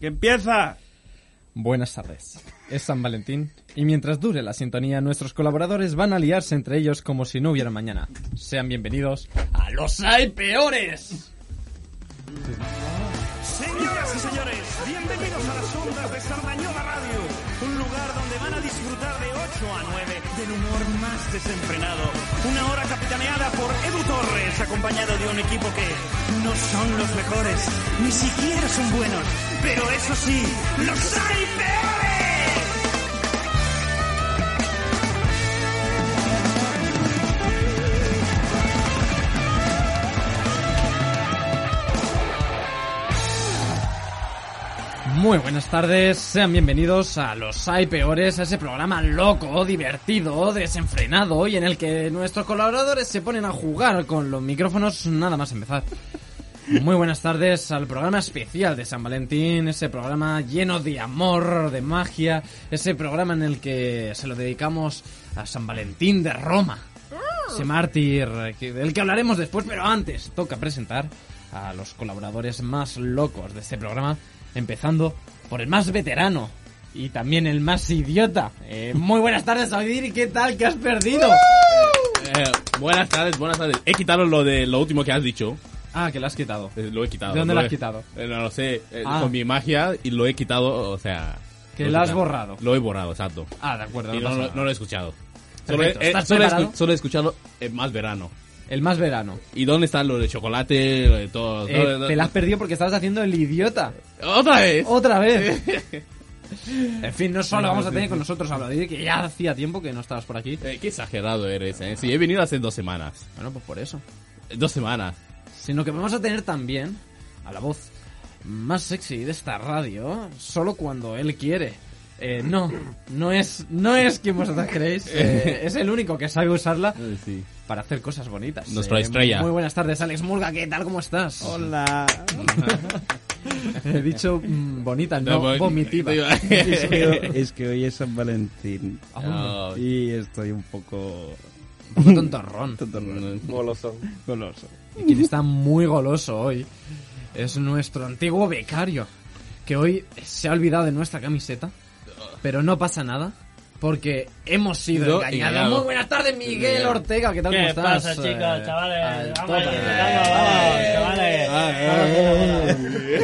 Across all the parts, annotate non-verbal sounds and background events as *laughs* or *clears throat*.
¡Que empieza! Buenas tardes. Es San Valentín y mientras dure la sintonía, nuestros colaboradores van a liarse entre ellos como si no hubiera mañana. Sean bienvenidos a los hay peores. Señoras y señores, bienvenidos a las ondas de Sardañola Radio, un lugar donde van a disfrutar de 8 a 9 del humor más desenfrenado. Una hora capitaneada por Edu Torres, acompañado de un equipo que no son los mejores, ni siquiera son buenos, pero eso sí, los hay peores. Muy buenas tardes, sean bienvenidos a Los Hay Peores, a ese programa loco, divertido, desenfrenado y en el que nuestros colaboradores se ponen a jugar con los micrófonos nada más empezar. Muy buenas tardes al programa especial de San Valentín, ese programa lleno de amor, de magia, ese programa en el que se lo dedicamos a San Valentín de Roma, ese mártir que- del que hablaremos después, pero antes toca presentar a los colaboradores más locos de este programa, empezando por el más veterano y también el más idiota. Eh, muy buenas tardes, Odir, ¿qué tal? ¿Qué has perdido? Eh, buenas tardes, buenas tardes. He quitado lo de lo último que has dicho. Ah, que lo has quitado. Eh, Lo he quitado. ¿De dónde lo he- has quitado? eh, no lo sé. eh, Ah. Con mi magia y lo he quitado, o sea... Que he lo has quitado. borrado. Lo he borrado, exacto. Ah, de acuerdo. Y no no, pasa lo- nada. no lo he escuchado. Perfecto, Solo he, eh, ¿estás solo he escu- preparado? solo he escuchado eh, más verano. El más verano. ¿Y dónde está lo de chocolate, lo de todo? Eh, todo- te la Oh. has perdido porque estabas haciendo el idiota. ¿Otra vez? *laughs* Otra vez. en fin, no solo vamos a tener sí, con nosotros a Vladir, que ya hacía tiempo que no estabas por aquí. Eh, qué exagerado eres, eh. Sí, he venido hace dos semanas. Bueno, pues por eso. Eh, Dos semanas. Sino que vamos a tener también a la voz más sexy de esta radio, solo cuando él quiere. Eh, no, no es, no es quien vosotros creéis. eh, es el único que sabe usarla Eh, Sí. para hacer cosas bonitas. Eh, Nuestra estrella. Muy buenas tardes, Alex Murga. ¿Qué tal? ¿Cómo estás? Hola. *laughs* He dicho mm, bonita, no, No, pues- *laughs* vomitiva. te iba- Es que- *laughs* Es que hoy es San Valentín Ah, Oh, y estoy un poco un tontorrón. tontorrón, Goloso. goloso. Y quien está muy goloso hoy es nuestro antiguo becario, que hoy se ha olvidado de nuestra camiseta, pero no pasa nada. Porque hemos sido No, engañados. engañado. Muy buenas tardes, Miguel Ortega. ¿Qué tal? ¿Qué ¿Cómo estás? pasa, chicos, Eh, chavales? al Vamos, tope. vamos, vamos, chavales.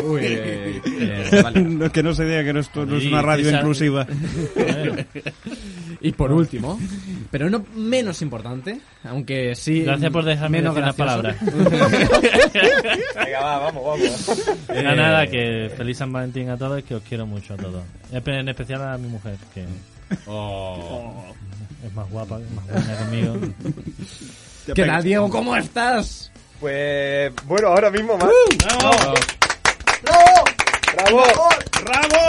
Uy, eh, eh, vale. No, *laughs* que no se diga que no es, no es Sí, una radio esa- inclusiva. Y por último, pero no menos importante, aunque sí. Gracias por dejarme menos decir la gracioso. *laughs* Venga, va, vamos, vamos. Eh, Nada, Eh, nada, que feliz San Valentín a todos, que os quiero mucho a todos. En especial a mi mujer, que oh. es más guapa, más buena conmigo. ¿Qué tal, Diego? ¿Cómo estás? Pues bueno, ahora mismo más. Oh. ¡Uh! ¡Bravo! ¡Bravo!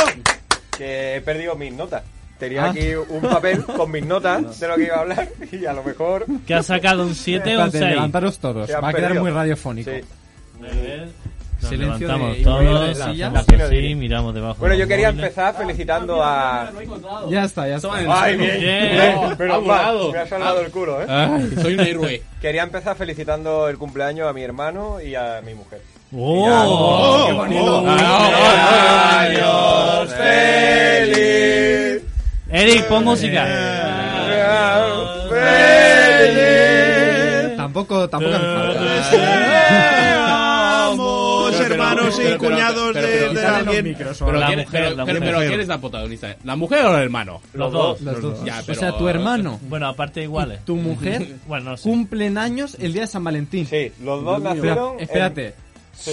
Que he perdido mis notas. Tenía aquí un papel con mis *laughs* notas de lo que iba a hablar y a lo mejor. Que ha sacado un 7 o un Espérate, 6. levantaros todos. Se han Va a quedar perdido. muy radiofónico. Sí. Nos Silencio levantamos de- de todos, la silla. hacemos Vacío de así, aire. miramos debajo. Bueno, de yo los quería móviles. empezar felicitando a. Ya está, ya está. ¡Ay, bien! bien. Ha Pero volado. mal, me ha salvado el culo, ¿eh? Ay, soy un héroe. Quería empezar felicitando el cumpleaños a mi hermano y a mi mujer. ¡Oh! ¡Qué bonito! Ah, ¡Cumpleaños feliz! Eric, pon música. Eh, ¡Feliz! Tampoco, tampoco hace falta. ¡Eh, Vamos, Pero, hermanos pero, y pero, cuñados pero, de, pero, de pero, alguien. Pero, La ¿quién, mujer, pero- la pero- mujer. pero ¿quién es la protagonista? ¿La mujer o el hermano? Los dos. Los dos. Ya, O pero- sea, tu hermano, Bueno, aparte iguales. tu *laughs* mujer, Bueno, no sé. cumplen años el día de San Valentín. Sí, los dos Espera- nacieron. en- espérate.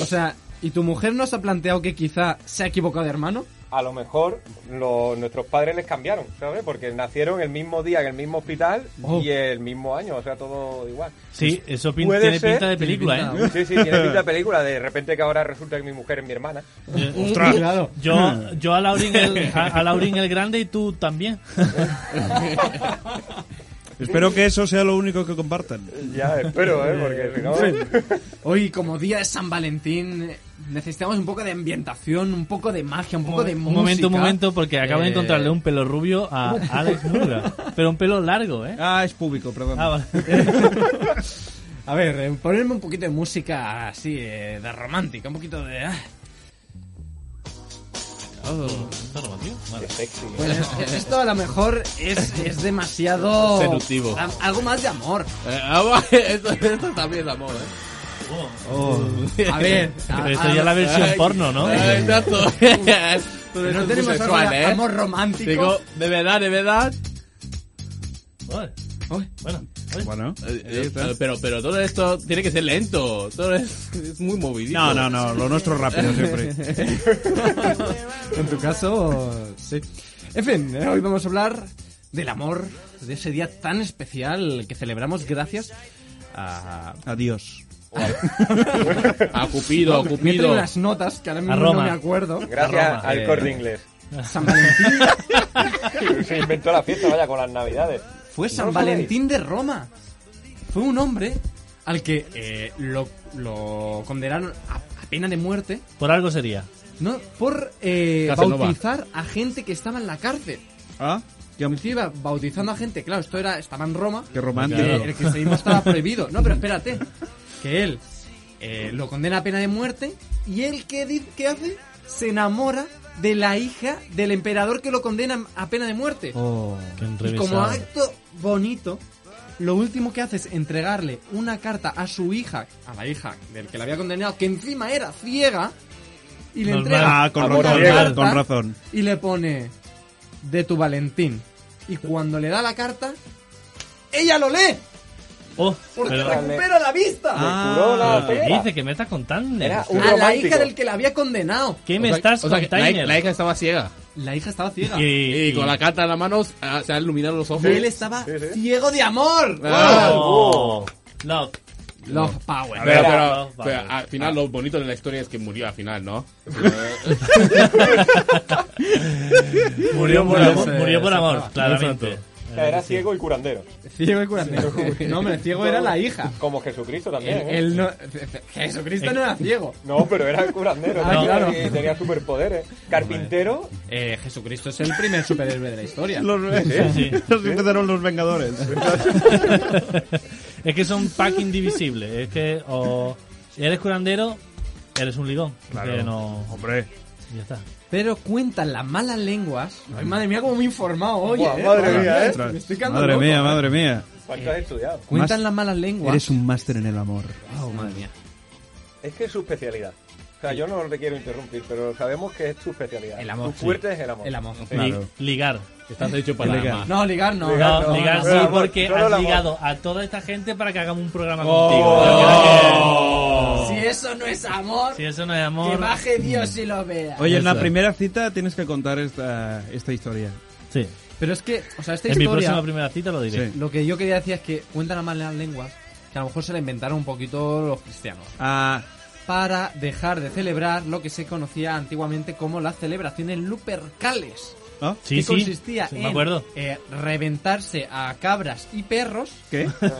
O sea, ¿y tu mujer no se ha planteado que quizá se ha equivocado de hermano? a lo mejor lo- nuestros padres les cambiaron, ¿sabes? Porque nacieron el mismo día, en el mismo hospital Oh. y el mismo año, o sea, todo igual. Sí, eso pin- Puede tiene ser. pinta de película, Tiene ¿eh? Sí, sí, *laughs* tiene pinta de película, de repente que ahora resulta que mi mujer es mi hermana. Claro. Ah. Yo, yo a, Laurín el, a, a Laurín el Grande y tú también. Espero que eso sea lo único que compartan. Ya, espero, ¿eh? Porque si no... Hoy, como día de San Valentín, eh, necesitamos un poco de ambientación, un poco de magia, un poco de música. Un momento, un momento, porque acabo Eh, de encontrarle un pelo rubio a Alex Murga. Pero un pelo largo, ¿eh? Ah, es público, perdón. *laughs* Ah, vale. A ver, eh, ponerme un poquito de música así, eh, de romántica, un poquito de... ah. ¿Está romántico? Vale. Sexy. *laughs* Pues es- esto a lo mejor es, es demasiado... Seductivo. a- algo más de amor. *laughs* Eh, ah, *laughs* esto, esto también es amor, ¿eh? Oh. A ver, a- Pero esto a- ya es la versión Ay, porno, *laughs* ¿no? ay, Exacto. *laughs* Esto es no tenemos algo sexual, de ¿eh? amor romántico. Digo, de verdad, de verdad. Vale. Uy, Bueno, oye. Bueno. Eh, eh, pero, pero todo esto tiene que ser lento. Todo es, es muy movidito. No, no, no, lo nuestro rápido siempre. En tu caso, sí. En fin, eh, hoy vamos a hablar del amor, de ese día tan especial que celebramos gracias a... *laughs* Adiós. A Cupido, a Me he traído Cupido. unas notas que ahora mismo no Roma. me acuerdo. Gracias Roma, al eh. corte inglés. *laughs* San Valentín. Se inventó la fiesta, vaya, con las navidades. Fue San lo Valentín de Roma. Fue un hombre al que eh, lo, lo condenaron a, a pena de muerte Por algo sería. no por eh, Casanova. bautizar a gente que estaba en la cárcel. Ah, qué, El tío iba bautizando a gente, claro, esto era estaba en Roma. qué que romántico. El cristianismo estaba prohibido. No, pero espérate. Que él eh, lo condena a pena de muerte y él, ¿qué, di- qué hace? Se enamora de la hija del emperador que lo condena a pena de muerte. Que Oh. Y como acto bonito, lo último que hace es entregarle una carta a su hija, a la hija del que la había condenado, que encima era ciega, y le Normal. entrega Ah, con Amor razón, griego. con razón. y le pone de tu Valentín. Y cuando le da la carta, ella lo lee Oh, porque pero, Dale. recupera la vista Ah, Le curó la pero ¿qué pera. dice? ¿Qué me estás contando? Era un a la romántico. hija del que la había condenado. ¿Qué me O sea- estás o sea, que la, contando? hija- la hija estaba ciega. La hija estaba ciega. Y, Y, Y con la carta en la mano ah, se han iluminado los ojos. él estaba Sí, sí. ciego de amor. Ah. Oh. Love. Love power. Pero, Mira, pero, no, pero vale. al Ah. final lo bonito de la historia es que murió al final, ¿no? Murió por Murió amor, por- murió por se amor acaba. claramente. O sea, era ciego y curandero. Ciego y curandero. No, hombre, ciego era la hija. Como Jesucristo Él, también. ¿eh? él no, Jesucristo no era ciego. No, pero era curandero. Ah, ¿no? claro. Y tenía superpoderes. Carpintero. Eh, Jesucristo es el primer superhéroe de la historia. Los, *laughs* sí. los empezaron los Vengadores. Es que son pack indivisible. Es que o eres curandero, eres un ligón. Que no. Hombre, Ya está. Pero cuentan las malas lenguas. Ay, madre mía, como me he informado hoy. Buah, eh. madre mía, ¿eh? Me estoy quedando madre loco. mía, madre mía. ¿Cuánto has estudiado? Cuentan Más- las malas lenguas. Eres un máster en el amor. Wow, Oh, madre mía. Es que es su especialidad. O sea, yo no te quiero interrumpir, pero sabemos que es tu especialidad. El amor, Tu sí. fuerte es el amor. El *laughs* amor. Sí. Claro. Li- ligar. Estás hecho para Elegante. amar. No, ligar no. Ligar no, no, ligar no, sí, no, no, porque solo el has amor. ligado a toda esta gente para que hagamos un programa contigo. Si eso no es amor, Si eso no es que amor. baje Dios y lo vea. Oye, en la Eso. primera cita tienes que contar esta, esta historia. Sí. Pero es que, o sea, esta En mi próxima historia, primera cita lo diré. Sí. lo que yo quería decir es que cuentan las malas lenguas que a lo mejor se la inventaron un poquito los cristianos. Ah, para dejar de celebrar lo que se conocía antiguamente como las celebraciones lupercales, ¿ah? Sí, que sí. consistía Sí, en me acuerdo. eh, reventarse a cabras y perros, ¿Qué? *laughs* Exacto.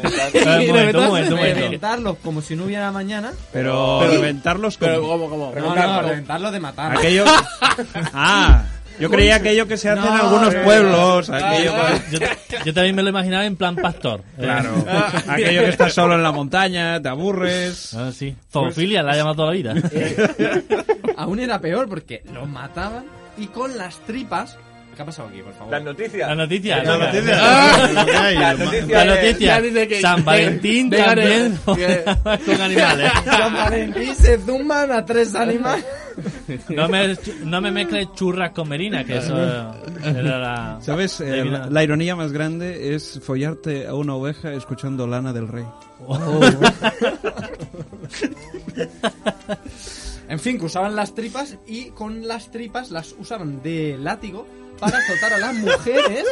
Ah, *laughs* un momento, un momento, un *laughs* momento. reventarlos como si no hubiera mañana. Pero, pero reventarlos con... Pero, ¿cómo, cómo? No, no, reventarlos de *laughs* matar. Aquello... Ah, yo creía aquello que se hace en No, algunos no, pueblos. Aquello, Yo, yo también me lo imaginaba en plan pastor. Eh, Claro. *laughs* Aquello que estás solo en la montaña, te aburres. Ah, sí. Zoofilia la ha llamado toda la vida. Aún era peor porque los mataban y con las tripas. ¿Qué ha pasado aquí, por favor? Las noticias. Ah, La noticia. La venga. noticia. Ah, Las noticias La de- noticia. Ya dice que- San Valentín Venga, *laughs* también de- con animales. San Valentín se zumban a tres animales. No me, no me mezcles churras con merina, que eso era la... ¿Sabes? Eh, la, la ironía más grande es follarte a una oveja escuchando Lana del Rey. En fin, que usaban las tripas y con las tripas las usaban de látigo para azotar a las *laughs* mujeres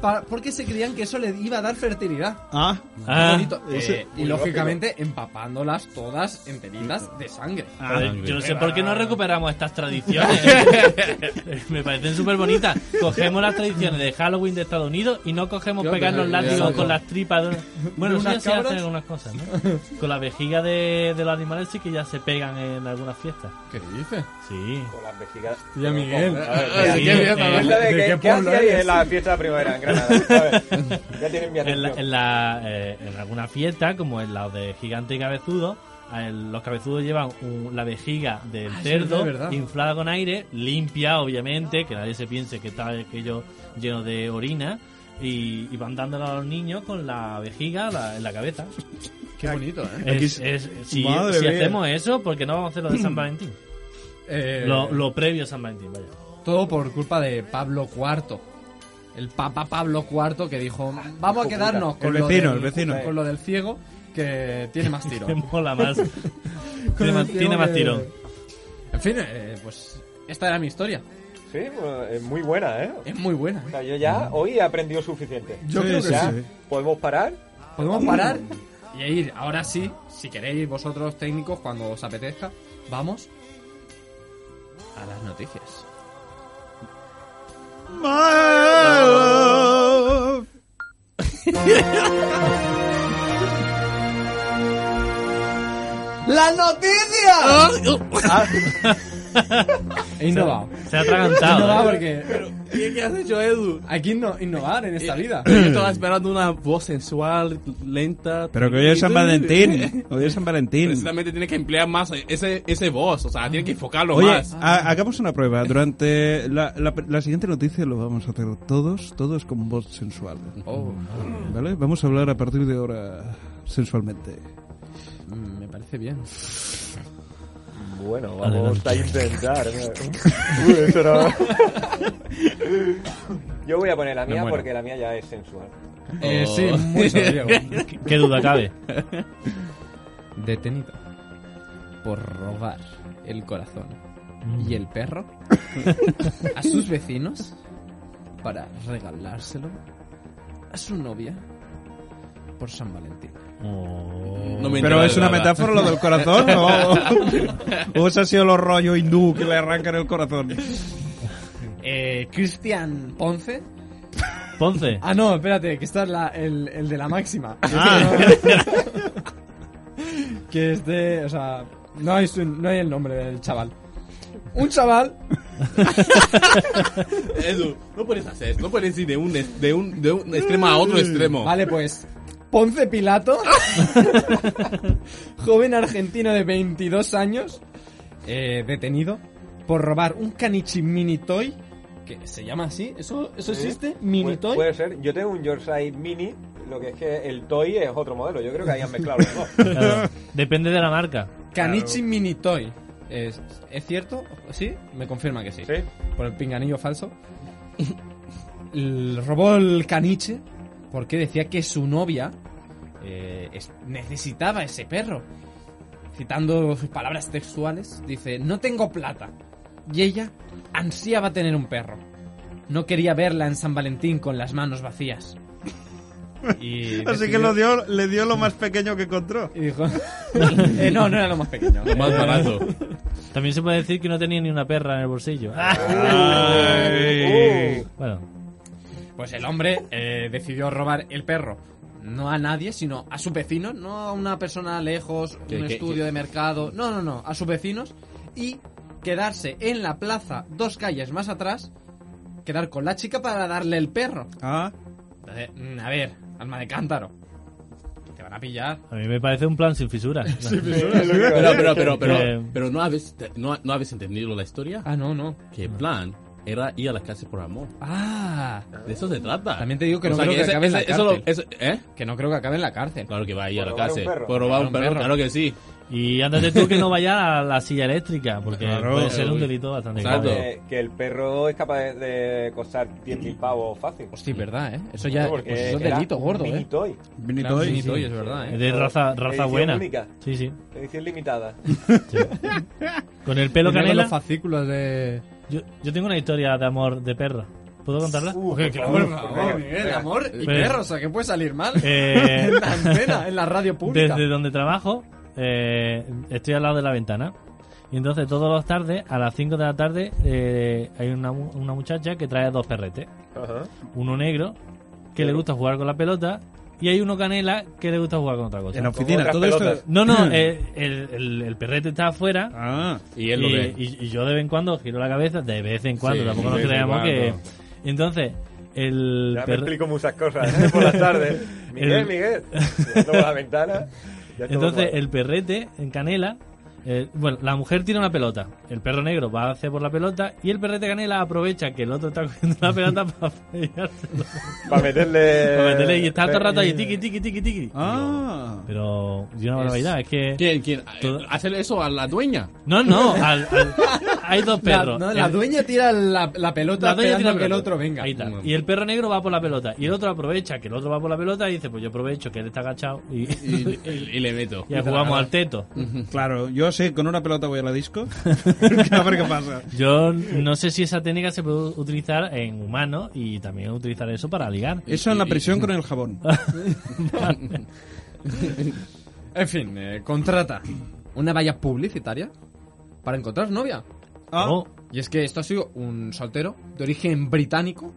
pa- porque se creían que eso le iba a dar fertilidad. Ah, Ah, Bonito. Eh, y lógico. lógicamente empapándolas todas enteritas de sangre. joder, ah, yo no sé por qué no recuperamos estas *laughs* tradiciones. me parecen súper bonitas. Cogemos las tradiciones de Halloween de Estados Unidos y no cogemos Yo pegarnos creo que látigos ya- con las *laughs* tripas. de- Bueno, ¿De sí, unas sí hacen cabras? algunas cosas, ¿no? Con la vejiga de, de los animales sí que ya se pegan en algunas fiestas. ¿Qué dices? Sí. Con las vejigas. Ya, Miguel. A ver, Ay, mira, Eh, qué bien, Sí, eh, Es la de ¿De que- qué ¿Qué, pueblo hacíais eres? en la fiesta de primavera en *laughs* Granada? ¿sabes? Ya tienen mi en, la- atención. en, la, eh, en alguna fiesta, como en la de Gigante y Cabezudo, a el- los cabezudos llevan un- la vejiga del Ah, sí, es cerdo verdad. inflada con aire, limpia obviamente, que nadie se piense que está aquello lleno de orina, y, y van dándolo a los niños con la vejiga la- en la cabeza. Qué bonito, ¿eh? Es- es- si Madre si mía. hacemos eso, porque no vamos a hacer lo de *clears throat* San Valentín? Eh, Lo, lo previo a San *laughs* Valentín, vaya. Todo por culpa de Pablo IV. El Papa Pablo IV que dijo, Ah, vamos a quedarnos con, El vecino, lo del, el vecino. con lo del ciego que tiene más *laughs* tiro. Me *laughs* mola más. tiene el más, ciego tiene más que- tirón. En fin, eh, pues esta era mi historia. Sí, pues, es muy buena, ¿eh? Es muy buena. O ¿eh? sea, yo ya hoy he aprendido suficiente. Yo creo que ya sí. podemos parar. Podemos parar Uh. y ir. Ahora sí, si queréis vosotros técnicos, cuando os apetezca, vamos a las noticias. ¡Las noticias! He innovado. Se ha He *laughs* innovado atragantado. ¿eh? E porque ¿Qué, has hecho, Edu? Eh, hay que inno- innovar en esta vida. Yo estaba esperando una voz sensual, lenta. Pero que hoy es San Valentín. Hoy es San Valentín. *laughs* Precisamente tiene que emplear más ese, ese voz, o sea, tiene que enfocarlo Oye, más. ha- hagamos una prueba. Durante la, la- la siguiente noticia lo vamos a hacer todos, todos con voz sensual. Oh, ¿Vale? Vamos a hablar a partir de ahora sensualmente. mm, me parece bien. Bueno, vamos a intentar. ¿eh? *laughs* Uy, eso no. *laughs* Yo voy a poner la mía muero. porque la mía ya es sensual. Eh, sí, Oh. mucho, *laughs* Diego. Qué- Qué duda cabe. Detenido por robar el corazón y el perro a sus vecinos para regalárselo a su novia por San Valentín. Oh. No me Pero entero es de una nada. metáfora lo del corazón, ¿no? ¿O ese ha sido los rollo hindú que le arrancan el corazón? Eh, Cristian Ponce. Ponce. *laughs* Ah, no, espérate, que está la- el, el de la máxima. *laughs* que es de. O sea, no hay, su- no hay el nombre del chaval. Un chaval Edu, no puedes hacer esto, no puedes ir de un, es- de un, de un extremo a otro extremo. Vale, pues Ponce Pilato, *laughs* joven argentino de 22 años, eh, detenido por robar un canichi mini toy, que se llama así, ¿eso, eso ¿Sí? Pues, existe? ¿Mini Pu- toy? Puede ser. Yo tengo un Yorkshire Mini, lo que es que el Toy es otro modelo. Yo creo que hayan mezclado *laughs* los dos. Claro. Depende de la marca. Canichi mini toy. ¿Es, ¿Es cierto? ¿Sí? Me confirma que sí. Sí. Por el pinganillo falso. El- robó el caniche porque decía que su novia eh, es- necesitaba ese perro. Citando sus palabras textuales, dice, no tengo plata. Y ella ansiaba tener un perro. No quería verla en San Valentín con las manos *laughs* vacías. Y Así decidió- que lo dio, le dio lo más pequeño que encontró. y dijo... *laughs* Eh, no, no era lo más pequeño. Lo más barato. También se puede decir que no tenía ni una perra en el bolsillo. Uh, Bueno, Pues el hombre eh, decidió robar el perro. No a nadie, sino a sus vecinos, no a una persona lejos, ¿Qué, un qué, estudio de mercado. No, no, no, a sus vecinos. Y quedarse en la plaza dos calles más atrás, quedar con la chica para darle el perro. Ah, Entonces, mm, a ver, alma de cántaro. Te van a pillar. a mí me parece un plan sin fisuras. es lo que iba Pero, pero, a decir. pero, pero, Eh. pero no, habéis, no, no habéis entendido la historia. Ah, no, no. Que el plan era ir a la cárcel por amor. Ah, De eso se trata. También te digo que O no sea, creo que ese- acabe en la ese- eso lo- cárcel. eso- ¿Eh? que no creo que acabe en la cárcel. Claro que va a ir a la Por robar un cárcel. perro. Por robar un perro, claro que sí. Y ándate tú que no vaya a la silla eléctrica, porque Claro. puede ser un delito bastante Exacto. grave. Eh, que el perro es capaz de, de costar 10.000 pavos fácil. Hostia, verdad, ¿eh? Eso ya Porque pues eso es era delito gordo, mini ¿eh? Toy. Vinny Claro, Toy. mini toy, es verdad, Es ¿eh? de raza, raza Edición buena. única. Sí, sí. Edición limitada. *laughs* sí. Con el pelo Tiene canela. los fascículos de... Yo, yo tengo una historia de amor de perra. ¿Puedo contarla? Uh, por favor, Por por favor, favor. Miguel, Venga. amor y Eh, perro, o sea, ¿qué puede salir mal? *laughs* Eh, en la antena, en la radio pública. Desde donde trabajo, eh, estoy al lado de la ventana. Y entonces todos los tardes, a las 5 de la tarde, eh, hay una, mu- una muchacha que trae dos perretes. Ajá. Uno negro, que le gusta jugar con la pelota, y hay uno canela, que le gusta jugar con otra cosa. En la oficina, otras todo esto. pelotas. *clears throat* No, no, eh, el, el- el perrete está afuera Ah, Y y, él lo ve. y- y yo de vez en cuando giro la cabeza, de vez en cuando, Sí, tampoco de nos vez en creamos que... cuando. Entonces, el... Ya me perre- *laughs* explico muchas cosas ¿eh? por las tardes. Miguel, El- Miguel. mirando por la ventana. Ya es todo Entonces, cuadrado. el perrete en canela. eh, bueno, la mujer tira una pelota. El perro negro va hacia por la pelota. Y el perrete canela aprovecha que el otro está *laughs* cogiendo la *laughs* pelota para peleárselo. Para *laughs* meterle. Para meterle- Eh, y está todo el rato ahí, y- tiqui, tiqui, tiqui, tiqui. Ah. *laughs* Pero, y una barbaridad, es que. ¿Quién, quién? Todo- ¿Hacer eso a la dueña? *laughs* No, no, al- al- hay dos La, perros. no, la El- dueña tira la, la pelota la dueña esperando tira a que el pelota. otro venga. Ahí está. Y el perro negro va por la pelota. Y el otro aprovecha que el otro va por la pelota y dice: Pues yo aprovecho que él está agachado y, *laughs* Y, y- y le meto. y ya jugamos al teto. Mm. Claro, yo sé, con una pelota voy a la disco. *laughs* a ver qué pasa. Yo no sé si esa técnica se puede utilizar en humanos y también utilizar eso para ligar. Eso en la presión con el jabón. En fin, eh, contrata una valla publicitaria para encontrar novia. Ah, Oh, Y es que esto ha sido un soltero de origen británico,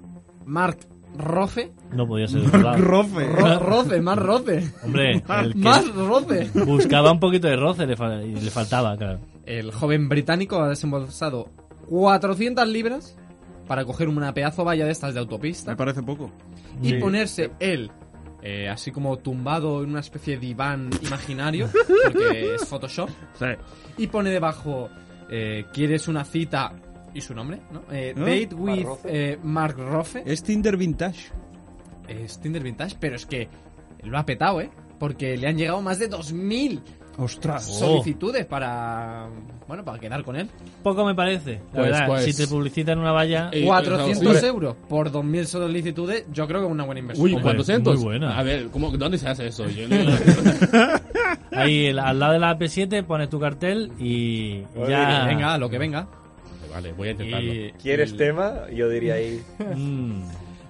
Mark Rofe. no podía ser de otro lado. Rofe. Ro- Rofe, más Rofe. Hombre, *laughs* *laughs* el Más que Rofe. buscaba un poquito de roce le fal- y le faltaba, claro. El joven británico ha desembolsado 400 libras para coger una pedazo valla de estas de autopista Me parece poco. y Sí. ponerse él eh, así como tumbado en una especie de diván *laughs* imaginario, porque es Photoshop, y pone debajo, eh, ¿quieres una cita? Y su nombre, ¿no? Eh, ¿Eh? Date with Rofe. eh, Mark Rofe. Es Tinder vintage. Es Tinder Vintage, pero es que lo ha petado, ¿eh? Porque le han llegado más de 2.000 Oh. Ostras. solicitudes para... Bueno, para quedar con él. Poco me parece. La Pues, verdad, pues. si te publicitan una valla. Eh, 400 hombre. euros por 2.000 solicitudes, yo creo que es una buena inversión. Uy, Hombre, 400. muy buena. A ver, ¿cómo, ¿dónde se hace eso? *laughs* Yo- Ahí el- al lado de la AP7 pones tu cartel y pues, ya. Venga, lo que venga. vale, voy a intentarlo. Y- ¿Quieres y- tema? Yo diría ahí. *laughs* Mm.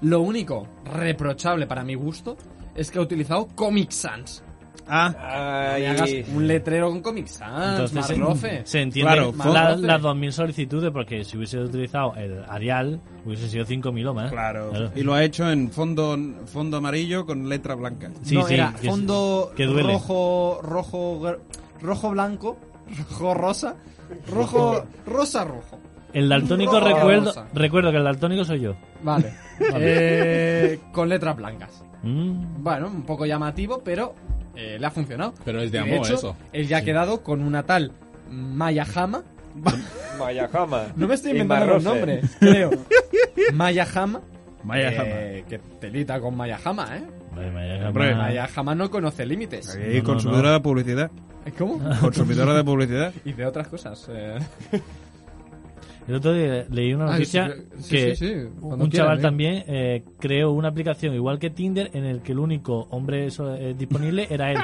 Lo único reprochable para mi gusto es que ha utilizado Comic Sans. Ah, Ay, Que hagas un letrero con Comic Sans, Entonces Ah, más se, rofe. se entiende Claro, que fue- la- las 2.000 solicitudes, porque si hubiese utilizado el Arial, hubiese sido 5.000 o más. claro. Y lo ha hecho en fondo, fondo amarillo con letra blanca. Sí, no, sí, era que- fondo que duele. rojo, rojo, gr- rojo blanco, *laughs* rojo rosa, rojo, rosa rojo. El daltónico, Rosa. recuerdo, recuerdo que el daltónico soy yo. *laughs* Vale. Eh, con letras blancas. Mm. Bueno, un poco llamativo, pero eh, le ha funcionado. Pero es de Y amor hecho, eso. Él ya ha quedado con una tal Mayahama. Mayajama. No me estoy Y inventando los Marrofe. nombres, creo. ¿eh? *laughs* Mayahama. Vaya jama. Eh, que telita con Mayahama, ¿eh? Vale, vaya, Hombre, jamás. Mayahama no conoce límites. ¿Eh? Ahí, no, no, consumidora de publicidad. ¿Cómo? Consumidora de publicidad. Y de otras cosas. eh. *laughs* El otro día leí una Ah, noticia sí, que sí, sí, cuando un quieran, chaval eh. también eh, creó una aplicación igual que Tinder en el que el único hombre so- eh, disponible *laughs* era él.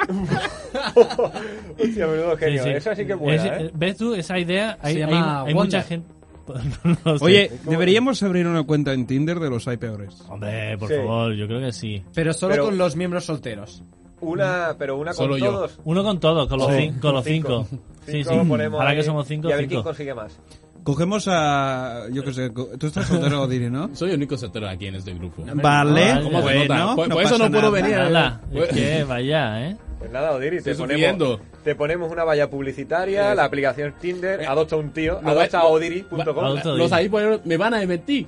Hostia, menudo genio. Sí, sí. Eso sí que buena, Es- ¿eh? ¿Ves tú esa idea? Hay, Se llama hay- hay mucha Wonder. gente. *laughs* No lo sé. Oye, deberíamos abrir una cuenta en Tinder de los hay peores. Hombre, por Sí. favor, yo creo que sí. Pero solo Pero- con los miembros solteros. Una, pero una Solo con yo. todos. Uno con todos, con los, Sí. cin- con los cinco. Cinco. Sí, sí. Cinco ponemos Ahora que ahí somos cinco, Y a ver quién cinco. consigue más. Cogemos a. Yo qué sé, co- tú estás soltero, Diri, ¿no? Soy el único soltero aquí en este grupo. Vale, ¿Cómo se bueno, nota? Por- por pasa eso no puedo nada. venir. Ala, Pues- *laughs* es que vaya, ¿eh? Pues nada, Odiri, te Estoy ponemos, sufriendo. te ponemos una valla publicitaria, la aplicación Tinder, Eh, adopta un tío, lo- adopta lo- va- odiri.com. adopta- Los ahí por- me van a divertir.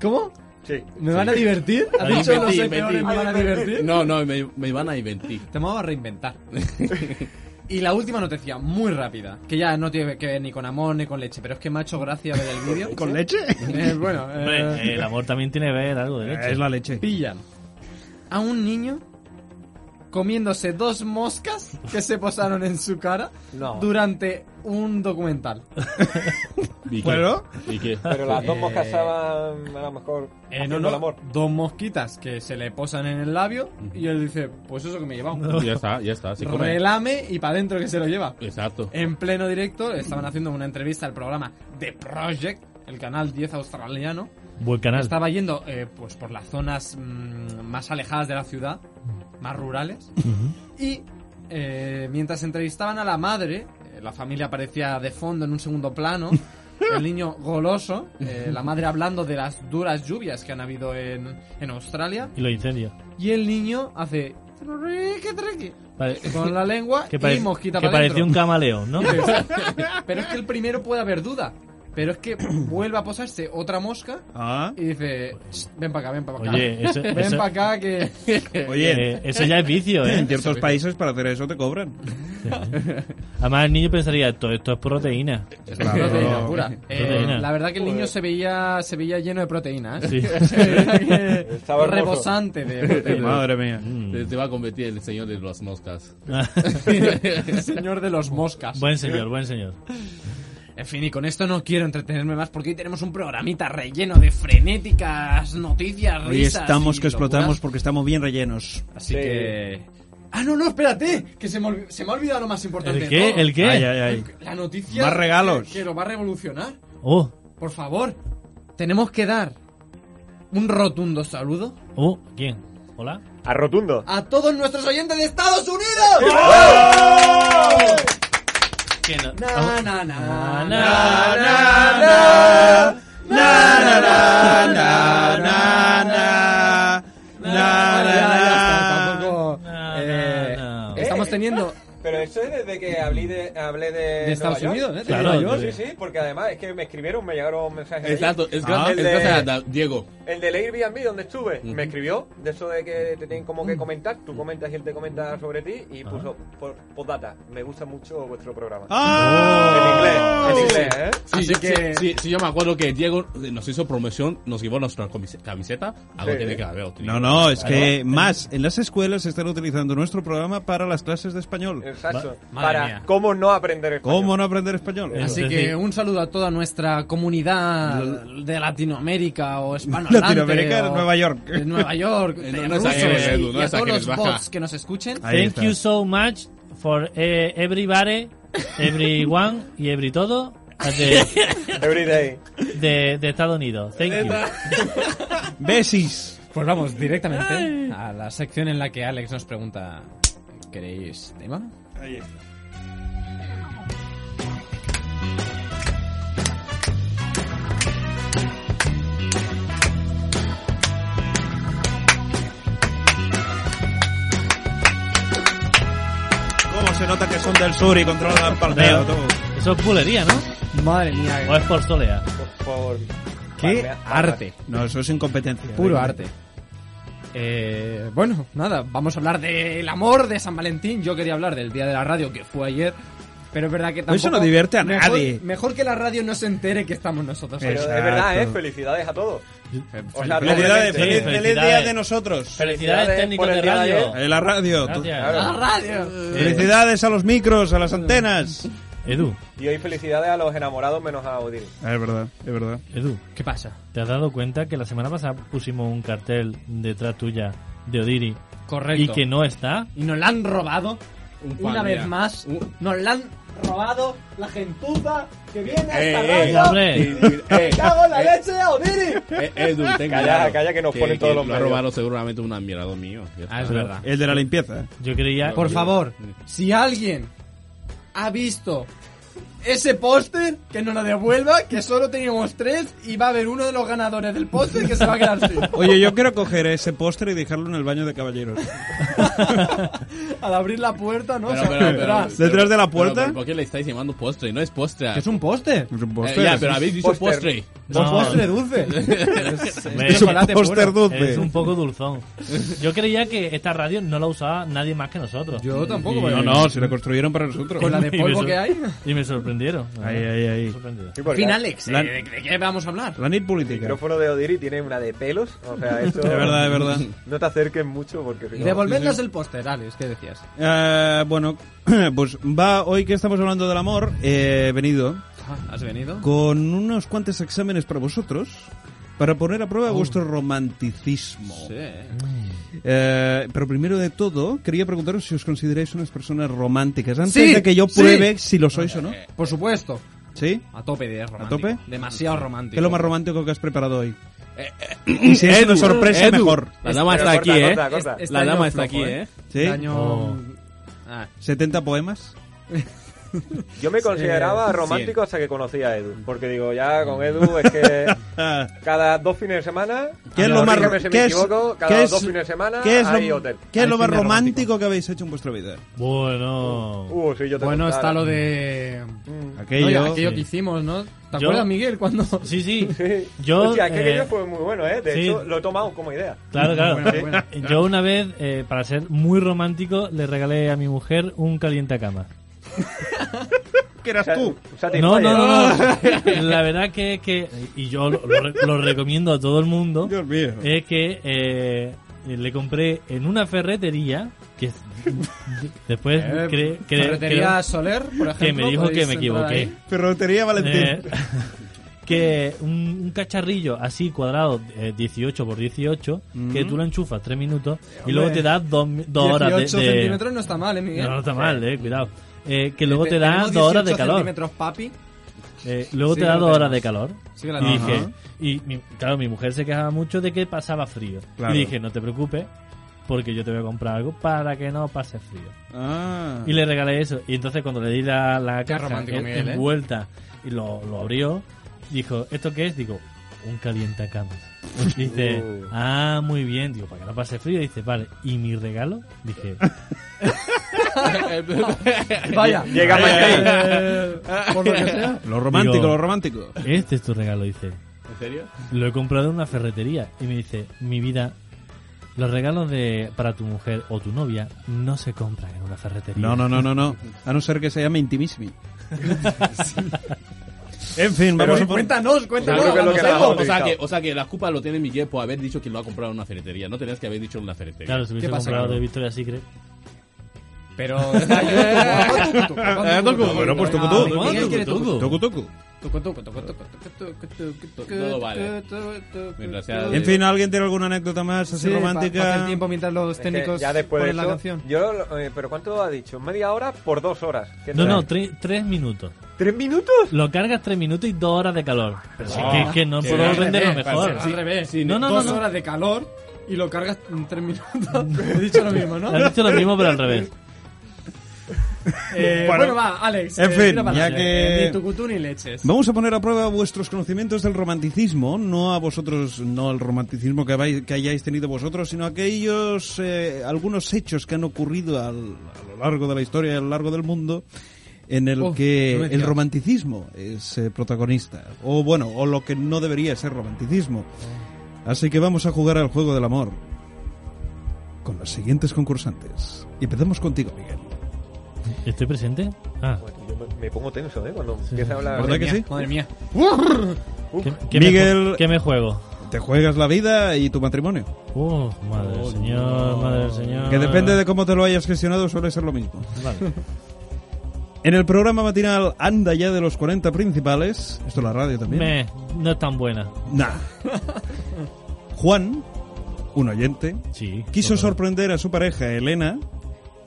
¿Cómo? Sí. ¿Me van a *laughs* divertir? ¿Has Ahí dicho los metí, hay peores metí. me van a divertir? No, no, me, me van a divertir. Te vamos a reinventar. *laughs* y la última noticia, muy rápida, que ya no tiene que ver ni con amor ni con leche, pero es que me ha hecho gracia ver el vídeo. ¿Con leche? Eh, *laughs* bueno, eh, Hombre, el amor también tiene que ver algo de leche. Es la leche. pillan a un niño comiéndose dos moscas que se posaron en su cara No. durante un documental. ¿Y qué? Bueno. ¿Y qué? Pero las dos Eh, moscas estaban a lo mejor Eh, haciendo no, el no, amor. dos mosquitas que se le posan en el labio y él dice, pues eso que me lleva un Ya está, ya está. Se come. relame y para adentro que se lo lleva. Exacto. Eh, En pleno directo estaban haciendo una entrevista al programa The Project, el canal 10 australiano. Buen canal. Estaba yendo eh, pues por las zonas mm, más alejadas de la ciudad, más rurales. Y eh, mientras entrevistaban a la madre, eh, la familia aparecía de fondo en un segundo *laughs* plano. El niño goloso, eh, la madre hablando de las duras lluvias que han habido en, en Australia. Y los incendios. Y el niño hace... "Triqui, triqui", Pare- Con la lengua *laughs* que y parece mosquita *laughs* que para parecía un camaleón, ¿no? Pero es que el primero puede haber duda. pero *clears throat* es que vuelve a posarse otra mosca Ah. y dice, "Shh, ven para acá, ven para acá. Oye, eso- *laughs* ven eso- para acá que... Oye, Eh, eso ya es vicio, ¿eh? en ciertos países para hacer eso te cobran. Además el niño pensaría, esto, esto es proteína. *laughs* Es Claro. *laughs* proteína pura. Eh, Proteína. la verdad que el niño se veía, se veía lleno de proteína. ¿eh? Sí. *laughs* Se veía que Estaba hermoso. rebosante de proteína. Madre mía. Te, te va a convertir en el señor de las moscas. *laughs* El señor de los moscas. buen señor, buen señor. En fin, y con esto no quiero entretenerme más porque hoy tenemos un programita relleno de frenéticas noticias, Hoy risas estamos y que explotamos locuras. porque estamos bien rellenos. Así Sí. que... Ah, no, no, espérate, que se me, olvi- se me ha olvidado lo más importante ¿El de qué? todo. ¿El qué? Ay, ay, ay. La noticia... Más regalos. Que, que lo va a revolucionar. Oh, Por favor, tenemos que dar un rotundo saludo oh, ¿quién? ¿Hola? A rotundo. a todos nuestros oyentes de Estados Unidos. ¡Oh! ¿Quién? Na, na, na, Na, na, na, na, na, na, na, na, na, na, Ya, ya, na. ya está, tampoco, Na, eh, na, na. Estamos teniendo Pero eso es desde que hablé de, hablé de, de Estados Nueva York. Unidos, ¿eh? De Claro, Nueva York. Sí, sí, porque además es que me escribieron, me llegaron mensajes. de allí. Exacto, es gra- Ah. es El de- gracias a Da- Diego. El del Airbnb donde estuve, me escribió de eso de que te tienen como que comentar, tú comentas y él te comenta sobre ti y puso por postdata, me gusta mucho vuestro programa. Oh, ¡Ah! En inglés, en inglés, ¿eh? Sí, Así sí, que- sí, sí, yo me acuerdo que Diego eh, nos hizo promoción, nos llevó nuestra comis- camiseta. Algo Sí. tiene que haber. tío. No, no, es que más, en las escuelas están utilizando nuestro programa para las clases de español. Exacto. Ma- madre Para mía. cómo no aprender español. ¿Cómo no aprender español? Es- Así que decir- un saludo a toda nuestra comunidad de Latinoamérica o hispano Latinoamérica, Nueva York. De Nueva York, de No, no rusos exageres, Edu, y, no a todos exageres, los baja. bots que nos escuchen. Ahí Thank está. you so much for eh, everybody, everyone y every todo de, Every day. de, de Estados Unidos. Thank you. Besis. Pues vamos directamente a la sección en la que Alex nos pregunta ¿Queréis tema? ¿Cómo se nota que son del sur y controlan el partido? tú? Eso es pulería, ¿no? Madre mía, O es por solea. Por favor. qué Palmea- palma. arte, No, eso es incompetencia. puro Venga. arte. Eh, bueno, nada, vamos a hablar del amor de San Valentín. Yo quería hablar del día de la radio que fue ayer, pero es verdad que tampoco. Eso no divierte a mejor- nadie. Mejor que la radio no se entere que estamos nosotros. Pero aquí. es verdad, ¿eh? Exacto. Felicidades a todos. O sea, Felicidades, doblemente. feliz, feliz día Felicidades. de nosotros. Felicidades, técnicos por el de día de radio. Eh, la radio. tú- Gracias. ¡La radio! Felicidades a los micros, a las antenas. Edu, Y hoy felicidades a los enamorados menos a Odín. Ah, es verdad, es verdad. Edu, ¿Qué pasa? ¿te has dado cuenta que la semana pasada pusimos un cartel detrás tuya de Odiri Correcto. y que no está? Y nos la han robado. Un pan, una vez mira. más. Un- Nos la han robado la gentuza que viene a Eh, esta eh, radio. hombre. *laughs* Eh, ¡Me cago en la leche, Odiri! eh, Edu, ten Calla, cuidado, calla, que nos ponen todos los lo ha medios. robado seguramente un admirador mío. Ya está. El de la limpieza. Yo creía... Por favor, si alguien ha visto ese póster, que nos lo devuelva, que solo teníamos tres y va a haber uno de los ganadores del póster que se va a quedar sin. Oye, yo quiero coger ese póster y dejarlo en el baño de caballeros. Al abrir la puerta, ¿no? Pero, Se pero, pero- atrás. ¿Detrás pero- de la pero, puerta? pero, ¿Por qué le estáis llamando postre? No es postre. ¿Que es un póster? Es un Eh, póster. ya, pero habéis dicho Póster. postre. No, No. postre dulce. Es- Hombre, Es un chocolate póster puro. dulce. Es un poco dulzón. Yo creía que esta radio no la usaba nadie más que nosotros. Yo tampoco, No, porque- no, se lo construyeron para nosotros. Con la de *laughs* Y me polvo sor- que hay. Y me sorprendieron. Ahí, ahí, ahí. Sorprendido. Sí, porque Alex, La- eh, ¿de qué vamos a hablar? La NIT El política. micrófono de Odiri tiene una de pelos. O *laughs* sea, eso. De verdad, de verdad. No te acerques mucho porque. si no- Devolvernos el póster, Alex, ¿qué decías? Eh, bueno, *clears throat* pues va hoy que estamos hablando del amor, eh, he venido Ah, ¿Has venido? con unos cuantos exámenes para vosotros para poner a prueba vuestro romanticismo. Eh, pero primero de todo, quería preguntaros si os consideráis unas personas románticas antes Sí, de que yo sí. pruebe si lo sois o no. Por supuesto. ¿Sí? A tope de romántico. tope? Demasiado romántico. ¿Qué es lo más romántico que has preparado hoy? *clears throat* Y si es una sorpresa, Edu, mejor. La dama Pero está aquí, corta, ¿eh? corta, corta. Este- este La año dama está flojo, aquí, ¿eh? ¿Sí? Daño- Oh. Ah, ¿70 poemas? Yo me consideraba romántico hasta que conocí a Edu. Porque digo, ya con Edu es que Cada dos fines de semana. ¿Qué es lo más corrígeme si me qué es- equivoco, cada qué es- dos fines de semana qué es lo- hay hotel. qué es lo Hay más cine romántico. romántico que habéis hecho en vuestra vida? Bueno. Uh, sí, yo te Bueno, contara. está ¿eh? lo de. Mm, Aquello. Oye, aquello sí. que hicimos, ¿no? ¿Te Yo- acuerdas, Miguel, cuando...? Sí, sí. sí. Yo, Hostia, es que eh, aquello fue muy bueno, ¿eh? De sí. hecho, lo he tomado como idea. Claro, claro. Eh, Bueno, bueno. Yo una vez, eh, para ser muy romántico, le regalé a mi mujer un cama ¿Qué eras tú? No, Satisfyer. no, no, no. La verdad que, que y yo lo, lo re- lo recomiendo a todo el mundo, Dios mío. es que eh, le compré en una ferretería, que es- *laughs* después *laughs* Eh, cre- cre- Ferretería Soler, por creo que ejemplo. me dijo que podéis me entrar equivoqué. ahí. Ferrotería Valentín. Eh, *laughs* que un, un cacharrillo así cuadrado eh, 18 por 18 que tú lo enchufas 3 minutos y luego te da 2 horas 18 de, de- centímetros no está mal, ¿eh, Miguel? no, no está mal eh, cuidado Eh, que luego te da Tenemos 2 horas de 18 calor centímetros, papi. Eh, luego Sí te que da lo 2 horas de tenemos. calor Sí que la y tenemos. dije y mi- claro mi mujer se quejaba mucho de que pasaba frío Claro. y dije no te preocupes porque yo te voy a comprar algo para que no pase frío Ah. y le regalé eso. Y entonces cuando le di la, la Qué caja romántico, en- Miguel, ¿eh? envuelta y lo, lo abrió, dijo, ¿esto qué es? Digo, un calientacamas. *laughs* Pues Dice, ah, muy bien. Digo, para que no pase frío. Dice, vale. ¿Y mi regalo? Dije, *laughs* Vaya. Llega mañana. Por lo que sea. Lo romántico, Digo- lo romántico. este es tu regalo. Dice, ¿En serio? lo he comprado en una ferretería. Y me dice, mi vida, los regalos de para tu mujer o tu novia no se compran en una ferretería. No, no, no, no, no. A no ser que se llame Intimissimi. En fin, vamos a poner... Cuéntanos, cuéntanos. Yo creo que es lo que vamos, más Evo. odio. O sea, que, o sea que la culpa lo tiene Miguel por haber dicho que lo ha comprado en una ferretería. No tenías que haber dicho en una ferretería. Claro, si hubiese ¿Qué pasa, comprado Carlos? de Victoria's Secret. Pero... Ah, toco, bueno, pues toco, toco. Miguel quiere toco. Toku Toku. Toco, toco, toco, toco, toco, toco, toco, Todo vale. toco, toco, Mientras toco. sea- En fin, ¿alguien tiene alguna anécdota más así Sí, pa- romántica? pasa el tiempo mientras los Es que técnicos ya después de ponen eso, la canción. Yo, lo- eh, pero ¿cuánto ha dicho? Media hora por dos horas. ¿Qué No, tal? no, tre- tres minutos. ¿Tres minutos? Lo cargas 3 minutos y 2 horas de calor. Pero si es que, es que Ah, no puedo Al venderlo revés, mejor. al revés. Sí, no, no, Dos no, no. horas de calor y lo cargas en tres minutos. He dicho lo mismo, ¿no? Has dicho lo mismo, pero al revés. Eh, Bueno. bueno, va, Alex. En eh, fin, tira para ya adelante. que- Ni tucutú ni leches. Vamos a poner a prueba vuestros conocimientos del romanticismo, no a vosotros, no el romanticismo que, habáis- que hayáis tenido vosotros, sino aquellos, eh, algunos hechos que han ocurrido al- a lo largo de la historia y a lo largo del mundo en el Oh, que no me el digas. romanticismo es eh, protagonista, o bueno, o lo que no debería ser romanticismo. Así que vamos a jugar al juego del amor con los siguientes concursantes. Y empezamos contigo, Miguel. ¿Estoy presente? Ah. Pues Yo me, me pongo tenso, ¿eh? Cuando empieza a hablar. ¿Verdad que sí? Madre mía. ¿Qué, qué Miguel- Me, ju- ¿Qué me juego? Te juegas la vida y tu matrimonio. Uh, madre del señor, madre del señor. Que depende de cómo te lo hayas gestionado, suele ser lo mismo. Vale. En el programa matinal Anda ya de los 40 principales, esto es la radio también. Me, no es tan buena. Nah. Juan, un oyente, Sí. quiso total. sorprender a su pareja Elena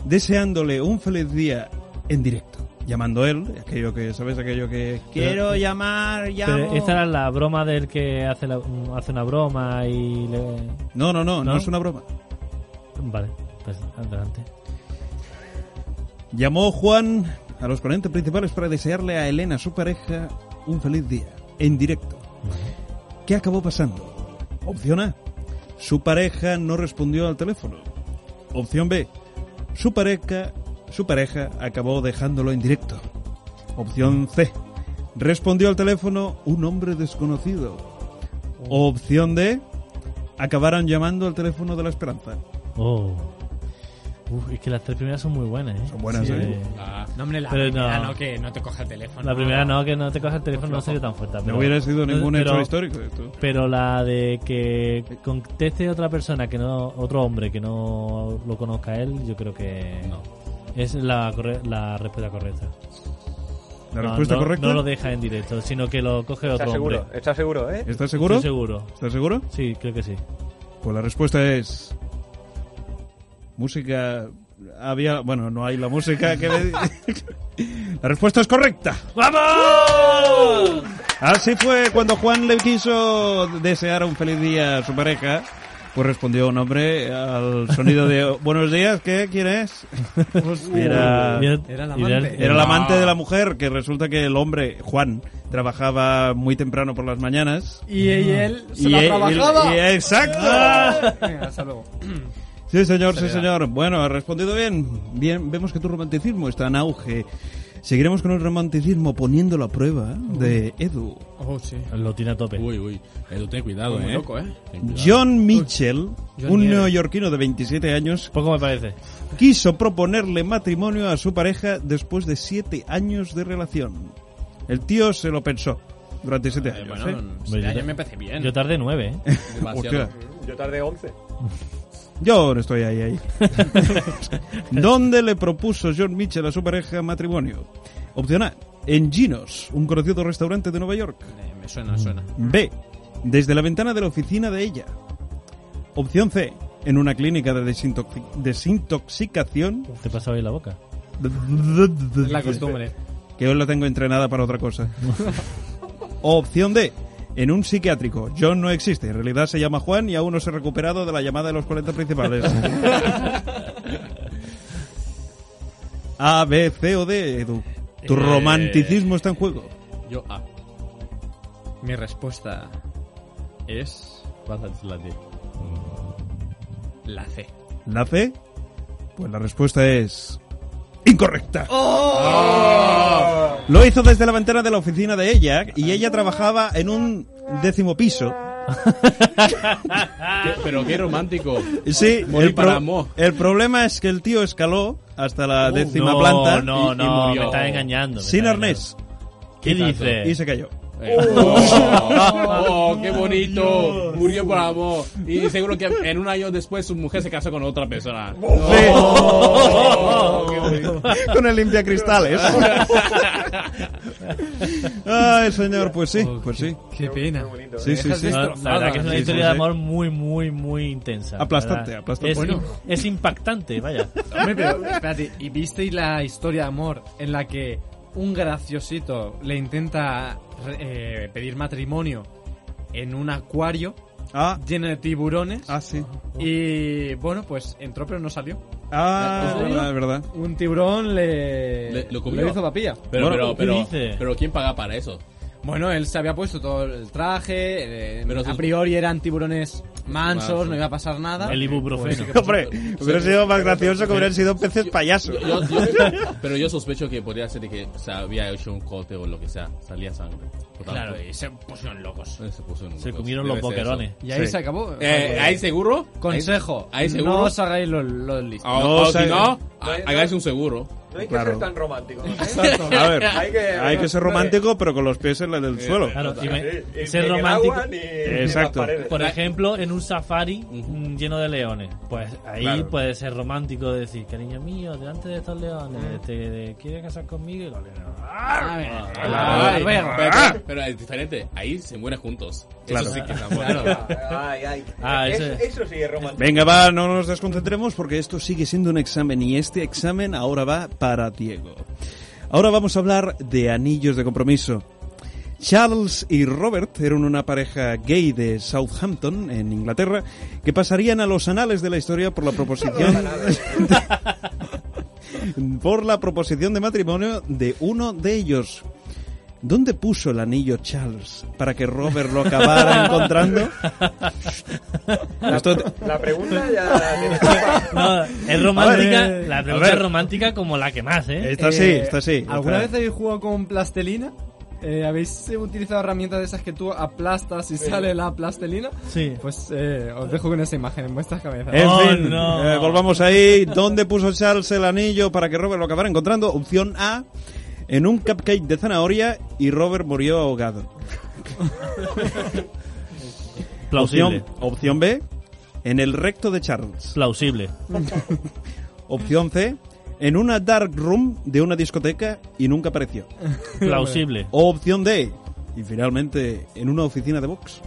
deseándole un feliz día en directo. Llamando él, aquello que, ¿sabes? Aquello que... Quiero llamar, llamo... Pero esta era la broma del que hace, la- hace una broma y le... No, no, no, no, ¿No? es una broma. Vale, pues adelante. Llamó Juan a los 40 principales para desearle a Elena, su pareja, un feliz día, en directo. ¿Qué acabó pasando? Opción A. Su pareja no respondió al teléfono. Opción B. Su pareja, su pareja acabó dejándolo en directo. Opción C. Respondió al teléfono un hombre desconocido. Opción D. Acabaron llamando al teléfono de la esperanza. Oh. Uf, es que las tres primeras son muy buenas, ¿eh? Son buenas, Sí. ¿eh? No, hombre, la Pero primera no. no. que no te coja el teléfono. La primera no, que no te coja el teléfono no sería tan fuerte. No pero- hubiera sido ningún hecho pero- histórico esto. Pero la de que conteste otra persona que no, otro hombre que no lo conozca a él, yo creo que es la, corre- la respuesta correcta. La No, respuesta no- correcta. No lo deja en directo, sino que lo coge otro ¿Estás seguro? hombre. ¿Estás seguro, eh? ¿Estás seguro? Estoy seguro. ¿Estás seguro? Sí, creo que sí. Pues la respuesta es música había bueno no hay la música que me- *laughs* la respuesta es correcta. ¡Vamos! Así fue cuando Juan le quiso desear un feliz día a su pareja. Pues respondió un hombre al sonido de *laughs* Buenos días, ¿qué? ¿Quién es? Era, Mira- Era la mira- amante. era el amante de la mujer, que resulta que el hombre, Juan, trabajaba muy temprano por las mañanas. Y, y él se Mm. Y la él- trabajaba. ¡Ah! y- ¡Exacto! *laughs* Venga, hasta luego. Sí, señor, sí, señor. Bueno, ha respondido bien. Bien, vemos que tu romanticismo está en auge. Seguiremos con el romanticismo poniéndolo a prueba de Edu. Oh, sí. Lo tiene a tope. Uy, uy. Edu, ten cuidado, Muy eh. loco, ¿eh? Ten cuidado. John Mitchell, John un Mitchell. neoyorquino de 27 años, Poco me parece. quiso proponerle matrimonio a su pareja después de 7 años de relación. El tío se lo pensó durante 7 Eh, años. bueno, ¿eh? no sé, Bueno, yo- ayer me parece bien. Yo tardé nueve, ¿eh? Demasiado. Hostia. Yo tardé 11. Yo no estoy ahí, *laughs* ahí. ¿Dónde le propuso John Mitchell a su pareja matrimonio? Opción A, en Ginos, un conocido restaurante de Nueva York. Mm. Eh, me suena, suena. B, desde la ventana de la oficina de ella. Opción C, en una clínica de desintoxi- desintoxicación. Te pasaba ahí la boca. Es la costumbre. Que hoy la tengo entrenada para otra cosa. *laughs* Opción D, en un psiquiátrico. John no existe, en realidad se llama Juan y aún no se ha recuperado de la llamada de los 40 principales. A, B, C o D, Edu. Tu Eh. romanticismo está en juego. Yo, ah, Mi respuesta es vas a decir la D. la C. ¿La C? Pues la respuesta es... Incorrecta. Lo hizo desde la ventana de la oficina de ella y ella trabajaba en un décimo piso. Qué- Pero qué romántico. Sí, Morir el, para pro- amor. el problema es que el tío escaló hasta la décima no, planta No, y- y no, murió. me estás engañando. me sin estás arnés engañando. ¿Qué y dices? se cayó. Eh, Oh, oh, qué bonito. Murió por amor. Y seguro que en un año después su mujer se casó con otra persona. Sí. Oh, qué bonito. Con el limpiacristales. Ay, señor, pues sí, pues sí. Qué Qué pena. bonito. Sí, ¿eh? sí, sí. No, la verdad que es una Ah, Sí, historia sí, de sí. amor muy, muy, muy intensa. la Aplastante, verdad. aplastante. Es, Bueno. es impactante, vaya. Hombre, pero espérate, ¿y visteis la historia de amor en la que un graciosito le intenta re- eh, pedir matrimonio en un acuario Ah, lleno de tiburones? ah, sí. Y bueno, pues entró pero no salió. Ah, es verdad, es verdad. Un tiburón le, Le- lo comió. le hizo papilla. Pero, pero, Bueno, pero, ¿qué dice? pero ¿quién paga para eso? Bueno, él se había puesto todo el traje, eh, Pero a sus- priori eran tiburones mansos, Mansos. no iba a pasar nada. Pues, El ibuprofeno. Hombre, hubiera sido más gracioso que hubieran sido peces *laughs* payasos. Yo- yo- yo- pero yo sospecho que podría ser de que se había hecho un corte o lo que sea. Salía sangre. Por tanto, Claro, y se pusieron locos. se puso en- Se comieron Pues, debe los ser eso. boquerones. Y ahí Sí. se acabó. Eh, ¿Ahí seguro? Consejo, ¿Ahí seguro? no os hagáis los, los listos. O- No, o o sea- si No no, hay- hagáis un seguro. No hay que Claro. ser tan romántico. ¿no? A ver, Hay que- hay que ser romántico, pero con los pies en el suelo. Claro, y Eh, me- Sí, y ser ni en el romántico. agua, ni- ni en las Exacto. paredes. Por ejemplo, en un safari Ujú. mm, lleno de leones. Pues ahí puede ser romántico decir, cariño mío, delante de estos leones, ¿te te quieres casar conmigo? Y los leones, "Ah". A ver, Ah, a ver. pero, pero- pero es diferente. Ahí se mueren juntos. Claro. Eso sí que es amor. Claro. Ay, ay. Ah, eso, ese- eso sí es romántico. Venga, va, no nos desconcentremos porque esto sigue siendo un examen y este examen ahora va para Diego. Ahora vamos a hablar de anillos de compromiso. Charles y Robert eran una pareja gay de Southampton, en Inglaterra, que pasarían a los anales de la historia por la *laughs* proposición ¿eh? por la proposición de matrimonio de uno de ellos. ¿Dónde puso el anillo Charles para que Robert lo acabara encontrando? Esto te- La pregunta ya *laughs* tiene trampa. No, es romántica, A ver, la a pregunta ver. es romántica como la que más, ¿eh? Está así, Eh, está así. ¿Alguna Está- vez habéis jugado con plastelina? Eh, ¿Habéis eh, utilizado herramientas de esas que tú aplastas y sale la plastelina? Sí. Pues eh, os dejo con esa imagen en vuestras cabezas. En Oh, fin, no. eh, volvamos ahí. ¿Dónde puso Charles el anillo para que Robert lo acabara encontrando? Opción A, en un cupcake de zanahoria y Robert murió ahogado. Plausible. Opción, opción B, en el recto de Charles. Plausible. Opción C, en una dark room de una discoteca y nunca apareció. Plausible. O opción D, y finalmente en una oficina de box.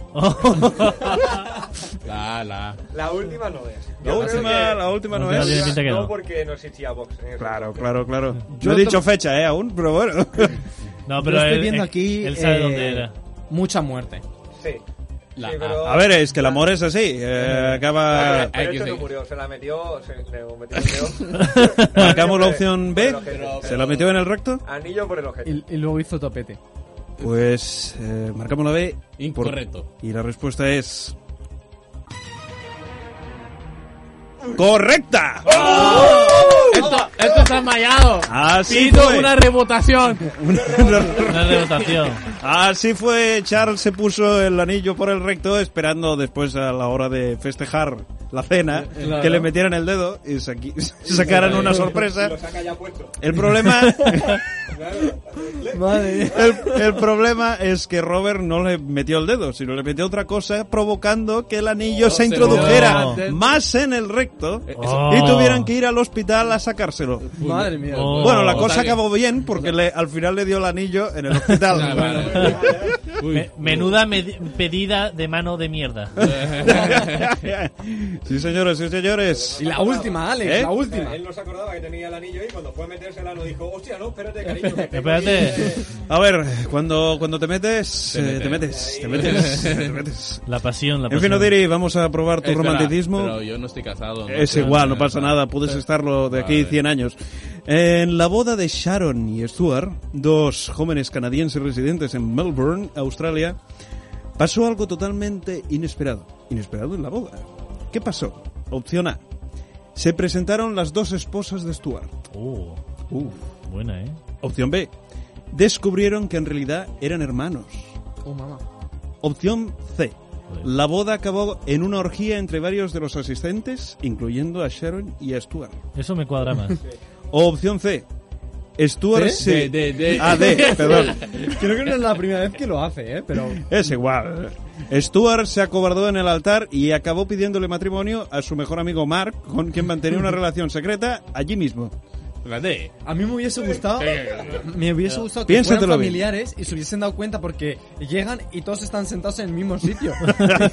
La, la. La última no es. La Yo última, creo que- la última no No tiene es. pinta que no. No, porque no existía Vox. en ese Claro, momento. claro, claro. Yo Yo he dicho tam- fecha, eh, aún, pero *laughs* *laughs* bueno. No, Yo pero estoy él- viendo él- aquí Él sabe eh, dónde era. mucha muerte. Sí. La- Sí, pero- A ver, es que el amor es así. eh, acaba. Pero, pero hay esto que- no murió, se la metió, se le *laughs* metió el dedo. Marcamos *laughs* la opción B. Pero- ¿Se la metió en el recto? Anillo por el objeto. Y, y luego hizo topete. Pues eh, marcamos la B. por- Incorrecto. Y la respuesta es. ¡Correcta! Esto, esto está mallado. Ah, Así Pido fue. *laughs* una rebotación. Una rebotación. Así fue, Charles se puso el anillo por el recto esperando después a la hora de festejar la Eh, cena que le metieran el dedo y *laughs* saqui- sacaran una sorpresa. El problema el, el problema es que Robert no le metió el dedo, sino le metió otra cosa provocando que el anillo se se introdujera metió. más en el recto Oh. y tuvieran que ir al hospital a sacárselo. Madre mía. Oh. Bueno, la O cosa sea que- acabó bien porque le- al final le dio el anillo en el hospital. *laughs* Ah, vale. Uy. Me- menuda medi- pedida de mano de mierda. *laughs* sí, señores, sí, señores. Y la última, Alex, ¿Eh? la O sea, última. Él no se acordaba que tenía el anillo y cuando fue a metérsela no dijo, hostia, no, espérate, cariño. que tengo aquí, Espérate. eh, A ver, cuando, cuando te metes, eh, te metes, te metes, te metes. La pasión, la En pasión. fin, Odiri, vamos a probar tu Espera, romanticismo. Pero yo no estoy casado. ¿no? Es igual, no pasa nada, puedes estarlo de aquí eh, Vale. 100 años. En la boda de Sharon y Stuart, dos jóvenes canadienses residentes en Melbourne, Australia, pasó algo totalmente inesperado. Inesperado en la boda. ¿Qué pasó? Opción A. Se presentaron las dos esposas de Stuart. Oh, buena, ¿eh? Opción B. Descubrieron que en realidad eran hermanos. Oh, mamá. Opción C. La boda acabó en una orgía entre varios de los asistentes, incluyendo a Sharon y a Stuart. Eso me cuadra más. O opción C. Stuart se... De, de, de. Ah, D, *laughs* perdón. Creo que no es la primera vez que lo hace, ¿eh? Pero. Es igual. Stuart se acobardó en el altar y acabó pidiéndole matrimonio a su mejor amigo Mark, con quien *laughs* mantenía una relación secreta allí mismo. La D. A mí me hubiese gustado. Me hubiese gustado que Piénsatelo fueran bien. familiares y se hubiesen dado cuenta porque llegan y todos están sentados en el mismo *laughs* sitio.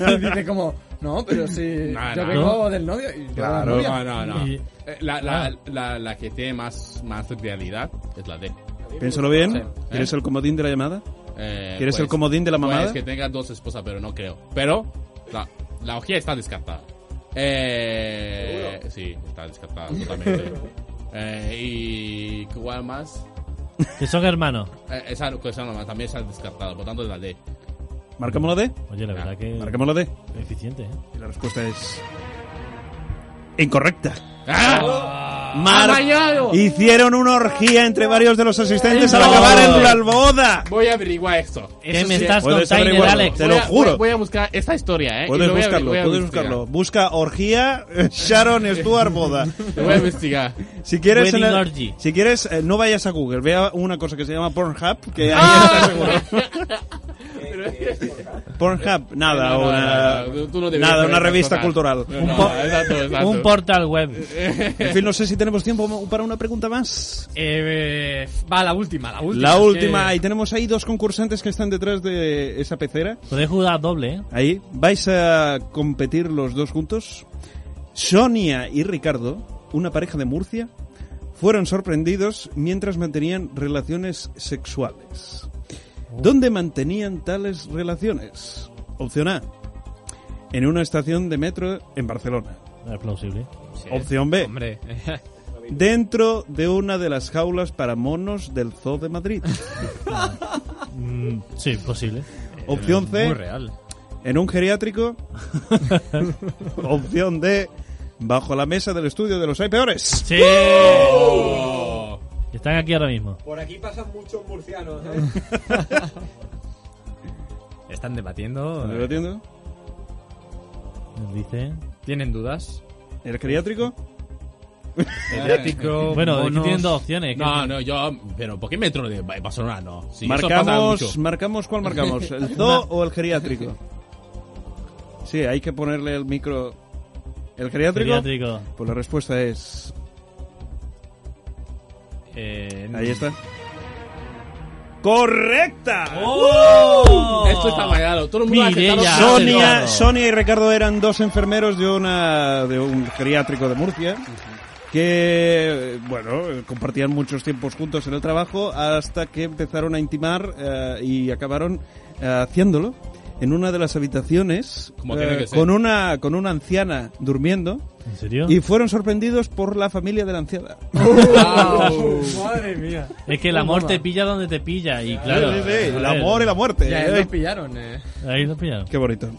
y dice como, no, pero si Nah, yo nah. vengo No. del novio y yo de la Claro, novia. No, no, no. Y- Eh, La, la, Ah. la, la que tiene más, más realidad es la D. Piénsalo bien. Sí. ¿Quieres el comodín de la llamada? Eh, ¿Quieres el comodín de la mamada? Pues que tenga dos esposas, pero no creo. Pero la, la orgía está descartada. Eh, sí, está descartada *laughs* totalmente. eh, ¿Y cuál más? Que son hermanos. Eh, esa cosa no, también está descartada, por tanto es la D. ¿Marcamos la D? Oye, la verdad que Marcamos la D. eficiente, ¿eh? Y la respuesta es... Incorrecta. ¡Ah! Mar- ¡Ha fallado! Hicieron una orgía entre varios de los asistentes al acabar en Oh. la boda. Voy a averiguar esto. ¿Qué Eso me sí. estás puedes contando, averiguarlo. Alex? Eh, Te lo Voy a- juro. Voy, voy a buscar esta historia, ¿eh? y Puedes lo voy a- buscarlo, voy a puedes investigar. buscarlo. Busca orgía *laughs* eh, Sharon Stuart boda. Lo voy a *laughs* investigar. Si quieres, en Wedding el- orgy. si quieres eh, no vayas a Google, vea una cosa que se llama Pornhub, que ahí Ah. está seguro. *laughs* Pornhub, nada, No, no, una, no, no, tú no deberías nada, una saber revista personal. cultural. No, eh. Un no, po- exacto, exacto. Eh, Un portal web. En fin, no sé si tenemos tiempo para una pregunta más. Eh, va, la última, la última. La es última, que- y tenemos ahí dos concursantes que están detrás de esa pecera. Podéis jugar doble, ¿eh? Ahí, vais a competir los dos juntos. Sonia y Ricardo, una pareja de Murcia, fueron sorprendidos mientras mantenían relaciones sexuales. Oh. ¿Dónde mantenían tales relaciones? Opción A. En una estación de metro en Barcelona. Es plausible. Opción B. Hombre. *laughs* Dentro de una de las jaulas para monos del Zoo *laughs* de Madrid. Mm, sí, posible. Opción Muy C. real. En un geriátrico. *laughs* Opción D. Bajo la mesa del estudio de los hay peores. ¡Sí! ¡Oh! Están aquí ahora mismo. Por aquí pasan muchos murcianos, ¿eh? Están debatiendo. ¿Lo entiendo? Dice. ¿Tienen dudas? ¿El geriátrico? Mediático, Bueno, aquí monos. tienen dos opciones. que- No, no, yo. Pero ¿por qué metro de Ba- Barcelona no? Sí, eso pasa marcamos, mucho. marcamos cuál *laughs* marcamos, el zoo o el geriátrico. Sí, hay que ponerle el micro. ¿El geriátrico? Pediátrico. Pues la respuesta es. Eh, Ahí Mm. está. ¡Correcta! ¡Oh! Esto está mallado. Todo el mundo ha Mireia. aceptado- Sonia, Eduardo. Sonia y Ricardo eran dos enfermeros de una de un geriátrico de Murcia que bueno eh, compartían muchos tiempos juntos en el trabajo hasta que empezaron a intimar eh, y acabaron eh, haciéndolo en una de las habitaciones eh, Como tiene que ser. con una con una anciana durmiendo ¿En serio? y fueron sorprendidos por la familia de la anciana. *laughs* Madre mía. Es que el amor te pilla donde te pilla y claro. Sí, sí, sí, el a ver, amor y la muerte. Ya ¿eh? nos pillaron. eh. Ahí lo pillaron. Qué bonito.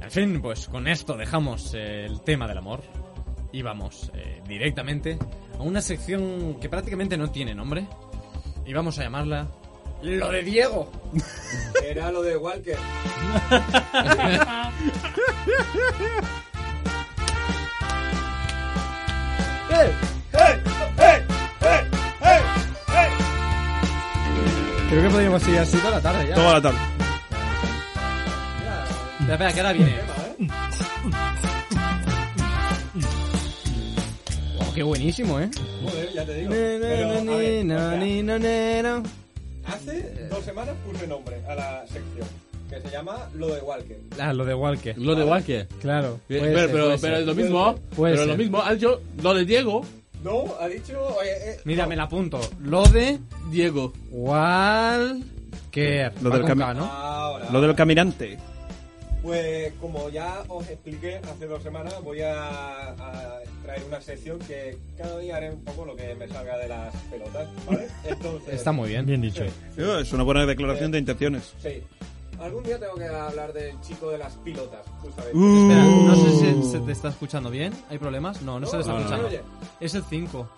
En fin, pues con esto dejamos eh, el tema del amor y vamos eh, directamente a una sección que prácticamente no tiene nombre y vamos a llamarla Lo de Diego. Era lo de Walker. Creo que podríamos seguir así toda la tarde ya. Toma la tarde. Espera, espera, que ahora viene. Wow, qué buenísimo, ¿eh? Joder, ya te digo. Pero, a ver, o sea, La hace dos semanas puse nombre a la sección que se llama Lo de Walker. Ah, lo de Walker. Lo de Walker. Claro. Bien, puede pero, ser, pero, puede pero ser. es lo mismo. Puede pero es ser. lo mismo. Ah, yo, lo de Diego. No, ha dicho. eh, eh, Mira, no. me la apunto. Lo de Diego. Walker. Lo Va del con cami- K, ¿no? Ahora. Lo del caminante. Pues como ya os expliqué hace dos semanas, voy a, a traer una sección que cada día haré un poco lo que me salga de las pelotas, ¿vale? Entonces, Está muy bien. Bien dicho. Eh, Es una buena declaración de intenciones. sí. Algún día tengo que hablar del chico de las pilotas, justamente. Espera, Uh. no sé si se te está escuchando bien. ¿Hay problemas? No, no se te está No, no, escuchando. oye. Es el 5.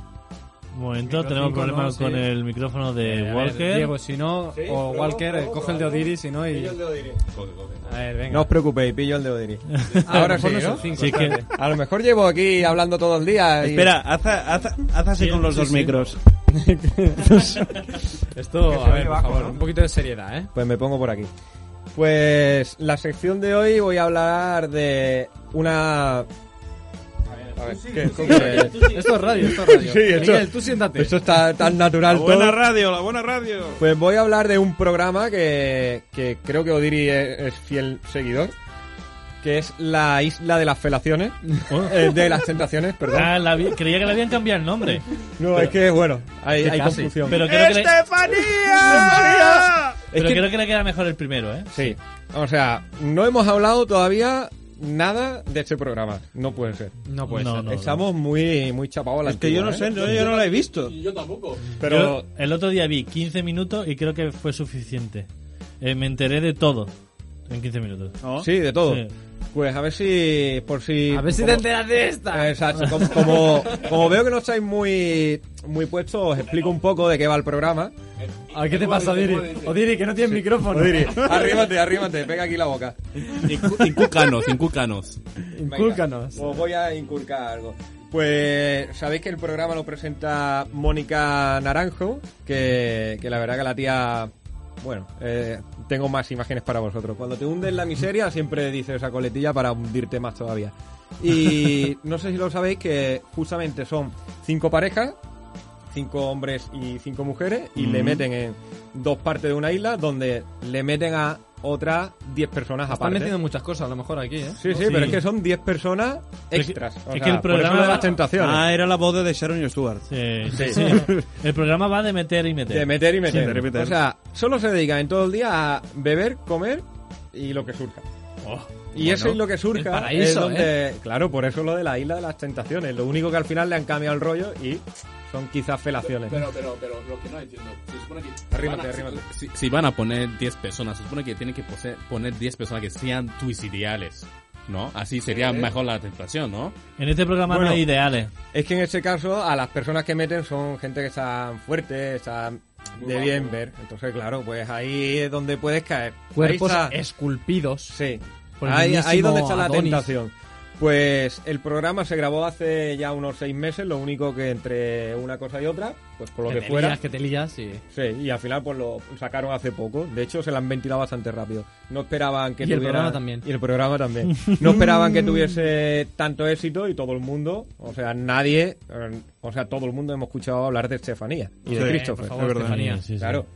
Un momento, Micro tenemos cinco, problemas ¿no? con Sí. el micrófono Eh, de Walker. Diego, si no, Sí, o pruebo, Walker, eh, pruebo, coge el de pruebo. Odiris, si no, y. Yo os lo diré. A ver, venga. No os preocupéis, pillo el de Odiri. Ah, Ahora a lo mejor sí, no es el ¿no? cinco, Sí, es que- espérate. A lo mejor llevo aquí hablando todo el día. y- Espera, haz, haz, haz así Sí, con los sí, dos sí. micros. Esto, Que se a ver, oye por bajo, favor, ¿no? un poquito de seriedad, ¿eh? Pues me pongo por aquí. Pues la sección de hoy voy a hablar de una. A ver, ¿qué? ¿Cómo que- Esto es radio, esto es radio. Sí, esto- Miguel, tú siéntate. Eso está tan La natural. buena todo. radio, la buena radio. Pues voy a hablar de un programa que, que creo que Odiri e- es, es fiel seguidor, que es la isla de las *laughs* felaciones, eh, de las tentaciones, perdón. Oh. Ah, la vi- creía que le habían cambiado el nombre. no, es que bueno, hay, hay casi. confusión. Pero creo que le, ¡Estefanía! Es pero que- creo que le queda mejor el primero, ¿eh? Sí, o sea, no hemos hablado todavía nada de este programa, no puede ser. No puede No, ser. no. Estamos muy, muy chapados a la Es que yo no antigua, sé, yo, ¿eh? yo no la he visto. Yo tampoco. Pero Yo el otro día vi 15 minutos y creo que fue suficiente. Eh, me enteré de todo en 15 minutos. No. sí, de todo. Sí. Pues a ver si, por si... A ver si te como- enteras de esta. Exacto, como, como, como veo que no estáis muy, muy puestos, os explico un poco de qué va el programa. A ver, ¿qué te pasa, Odiri? Odiri, que no tienes micrófono. Arrímate, arrímate, pega aquí la boca. Inculcanos, inculcanos. Venga, Incúlcanos. Os voy a inculcar algo. Pues sabéis que el programa lo presenta Mónica Naranjo, que, que la verdad que la tía... Bueno, eh, tengo más imágenes para vosotros. Cuando te hundes en la miseria siempre dices esa coletilla para hundirte más todavía. *laughs* Y no sé si lo sabéis que justamente son cinco parejas cinco hombres y cinco mujeres y le meten en dos partes de una isla donde le meten a otras 10 personas Están aparte. metiendo muchas cosas, a lo mejor aquí, ¿eh? Sí, sí, Sí. pero es que son 10 personas Es que- extras. o es que sea, el por eso programa- de las tentaciones. Ah, era la boda de Sharon Stewart. Sí, sí, sí. Eh, El programa va de meter y meter. de meter y Sí, meter. meter y meter. O sea, solo se dedican en todo el día a beber, comer y lo que surja. Oh, y eso es lo que surja. el paraíso, es ¿eh? donde- Claro, por eso lo de la isla de las tentaciones. Lo único que al final le han cambiado el rollo y son quizás felaciones. Pero, pero, pero, lo que no entiendo. Se supone que. Arrímate, van a- arrímate. Si, si van a poner 10 personas, se supone que tienen que pose- poner 10 personas que sean tus ideales. ¿No? Así sería mejor la tentación, ¿no? En este programa Bueno. no hay ideales. Es que en este caso a las personas que meten son gente que están fuertes, están de bien ver. Entonces, claro, pues ahí es donde puedes caer. Cuerpos ahí está. esculpidos. Sí. por el Ahí, ahí Pues mismísimo donde está la Adonis. tentación. Pues el programa se grabó hace ya unos seis meses, lo único que entre una cosa y otra, pues por lo que te fuera. lías, que te lías y... Sí, y al final pues lo sacaron hace poco. De hecho, se la han ventilado bastante rápido. No esperaban Y que el tuviera... programa también. Y el programa también. No esperaban que tuviese tanto éxito y todo el mundo, o sea, nadie, eh, o sea, todo el mundo hemos escuchado hablar de Estefanía y de Sí, por Christopher. favor, es verdad. Estefanía. Sí, sí. Claro.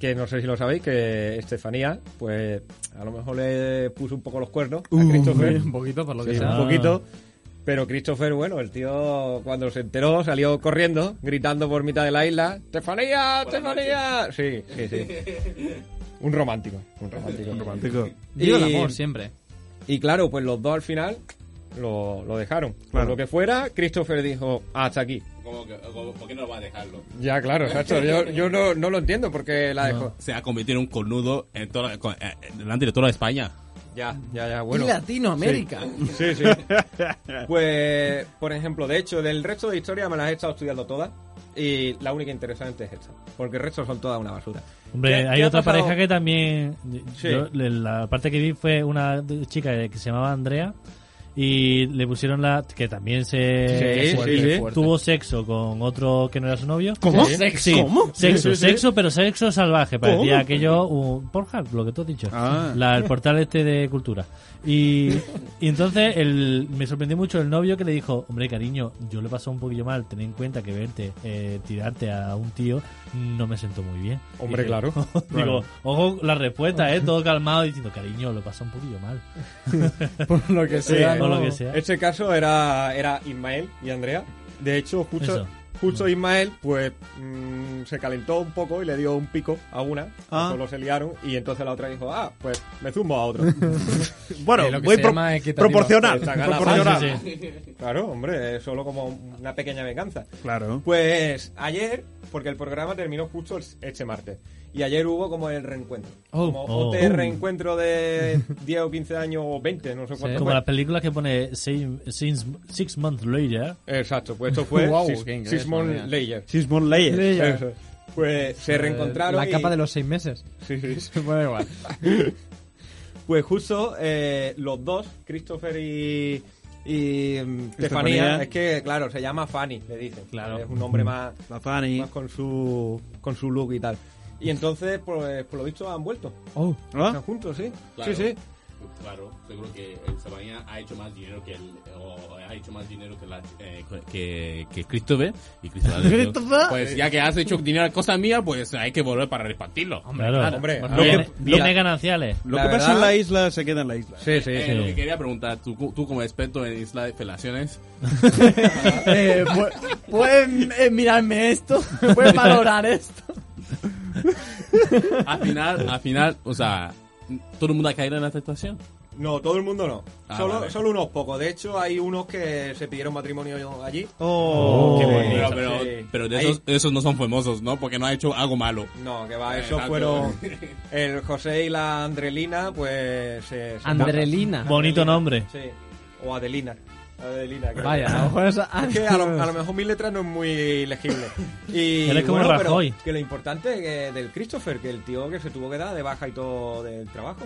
Que no sé si lo sabéis, que Estefanía, pues a lo mejor le puso un poco los cuernos a Christopher. Un poquito, por lo que Sí, Ah. sea. un poquito. Pero Christopher, bueno, el tío cuando se enteró salió corriendo, gritando por mitad de la isla, ¡Estefanía! ¡Estefanía! Sí, sí, *laughs* sí. Un romántico, un romántico. Un romántico. Viva Y- el amor siempre. Y claro, pues los dos al final lo, lo dejaron. Por lo que fuera, Christopher dijo, hasta aquí. ¿Cómo que- cómo- ¿Por qué no va a dejarlo? Ya, claro, *laughs* Nacho, yo, yo no, no lo entiendo porque la dejó. Se ha convertido en un cornudo en toda, con- eh, delante de toda España. Ya, ya, ya, bueno. y Latinoamérica. Sí, sí. Pues, por ejemplo, de hecho, del resto de historias me las he estado estudiando todas. Y la única interesante es esta. Porque el resto son todas una basura. Hombre, ¿Qué- hay qué ha otra pasado? pareja que también. Sí. yo- le- la parte que vi fue una de- chica que se llamaba Andrea y le pusieron la. que también se. Sí, fuerte, sí, sí. fuerte. Tuvo sexo con otro que no era su novio. ¿Cómo? Sí. ¿Sexo? Sí, ¿Cómo? Sexo, Sí, sí, sí. sexo, pero sexo salvaje. Parecía ¿Cómo? aquello. Un, Pornhub, lo que tú has dicho. Ah. La- el portal este de cultura. Y, y entonces el, me sorprendió mucho el novio que le dijo: Hombre, cariño, yo le pasó un poquillo mal. Ten en cuenta que verte, eh, tirarte a un tío, no me sentó muy bien. Hombre, Y claro. *laughs* Digo, ojo la respuesta, ¿eh? Todo calmado diciendo, cariño, lo pasa un poquillo mal. Por lo que Sí, sea, eh, por lo que sea. Este caso era, era Ismael y Andrea. De hecho, justo, Eso. justo Ismael, pues mm, se calentó un poco y le dio un pico a una. Ah. Solo se liaron. Y entonces la otra dijo, ah, pues me zumbo a otro. Bueno, Eh, lo que voy se pro- llama equitativo. proporcional. Esta gala- proporcional. Sí, sí, sí. claro, hombre, es solo como una pequeña venganza. Claro. Pues ayer, porque el programa terminó justo el- este martes. Y ayer hubo como el reencuentro. Oh, como oh. otro reencuentro de *laughs* 10 o 15 años o 20, no sé cuánto. Como fue. las películas que pone Six, Six- Six Months Later. Exacto, pues esto fue *laughs* Wow, Sis- qué inglés, Sismon madre mía. Eh, Layer. Sismon Leyer. Eso. Pues se reencontraron. La y- capa de los seis meses. Sí, sí, *laughs* sí. Bueno, igual. Pues justo eh, los dos, Christopher y. Y Estefanía. mm, Estefanía, es que, claro, se llama Fanny, le dicen. Claro. Es un nombre más, La Fanny. más con su con su look y tal. Y entonces, pues, por lo visto, han vuelto. Oh, ¿Ah? Están juntos, sí. Claro. Sí, sí. Claro, seguro que el Sabanía ha hecho más dinero que el, o ha hecho más dinero que la, eh, que, que Christopher y *laughs* Christopher. Christopher. Pues ya que has hecho dinero a cosa mía, pues hay que volver para repartirlo. claro. hombre, Viene- a ver, viene, lo que- gananciales. Lo La que pasa en verdad- la isla se queda en la isla. Sí, sí, Eh, sí. Lo que quería preguntar, tú, tú como experto en Isla de Felaciones, eh, pu- ¿Pueden eh, mirarme esto? *laughs* ¿Pueden valorar esto? al final, al final, o sea, todo el mundo ha caído en la tentación. No, todo el mundo no. Ah, solo, vale. solo unos pocos. De hecho, hay unos que se pidieron matrimonio allí. Oh, qué bonito. pero, pero, Sí. pero de Ahí- esos, esos no son famosos, ¿no? Porque no ha hecho algo malo. No, que va, Eh, esos tanto. *laughs* fueron el José y la Andrelina, pues... se- se- Andrelina. Bonito nombre. Sí, o Adelina. Adelina. creo. Vaya, a lo mejor es- Es que a lo, a lo mejor mis letras no es *laughs* muy legible. Y Eres como bueno, Rajoy. Pero que lo importante que- del Christopher, que el tío que se tuvo que dar de baja y todo del trabajo.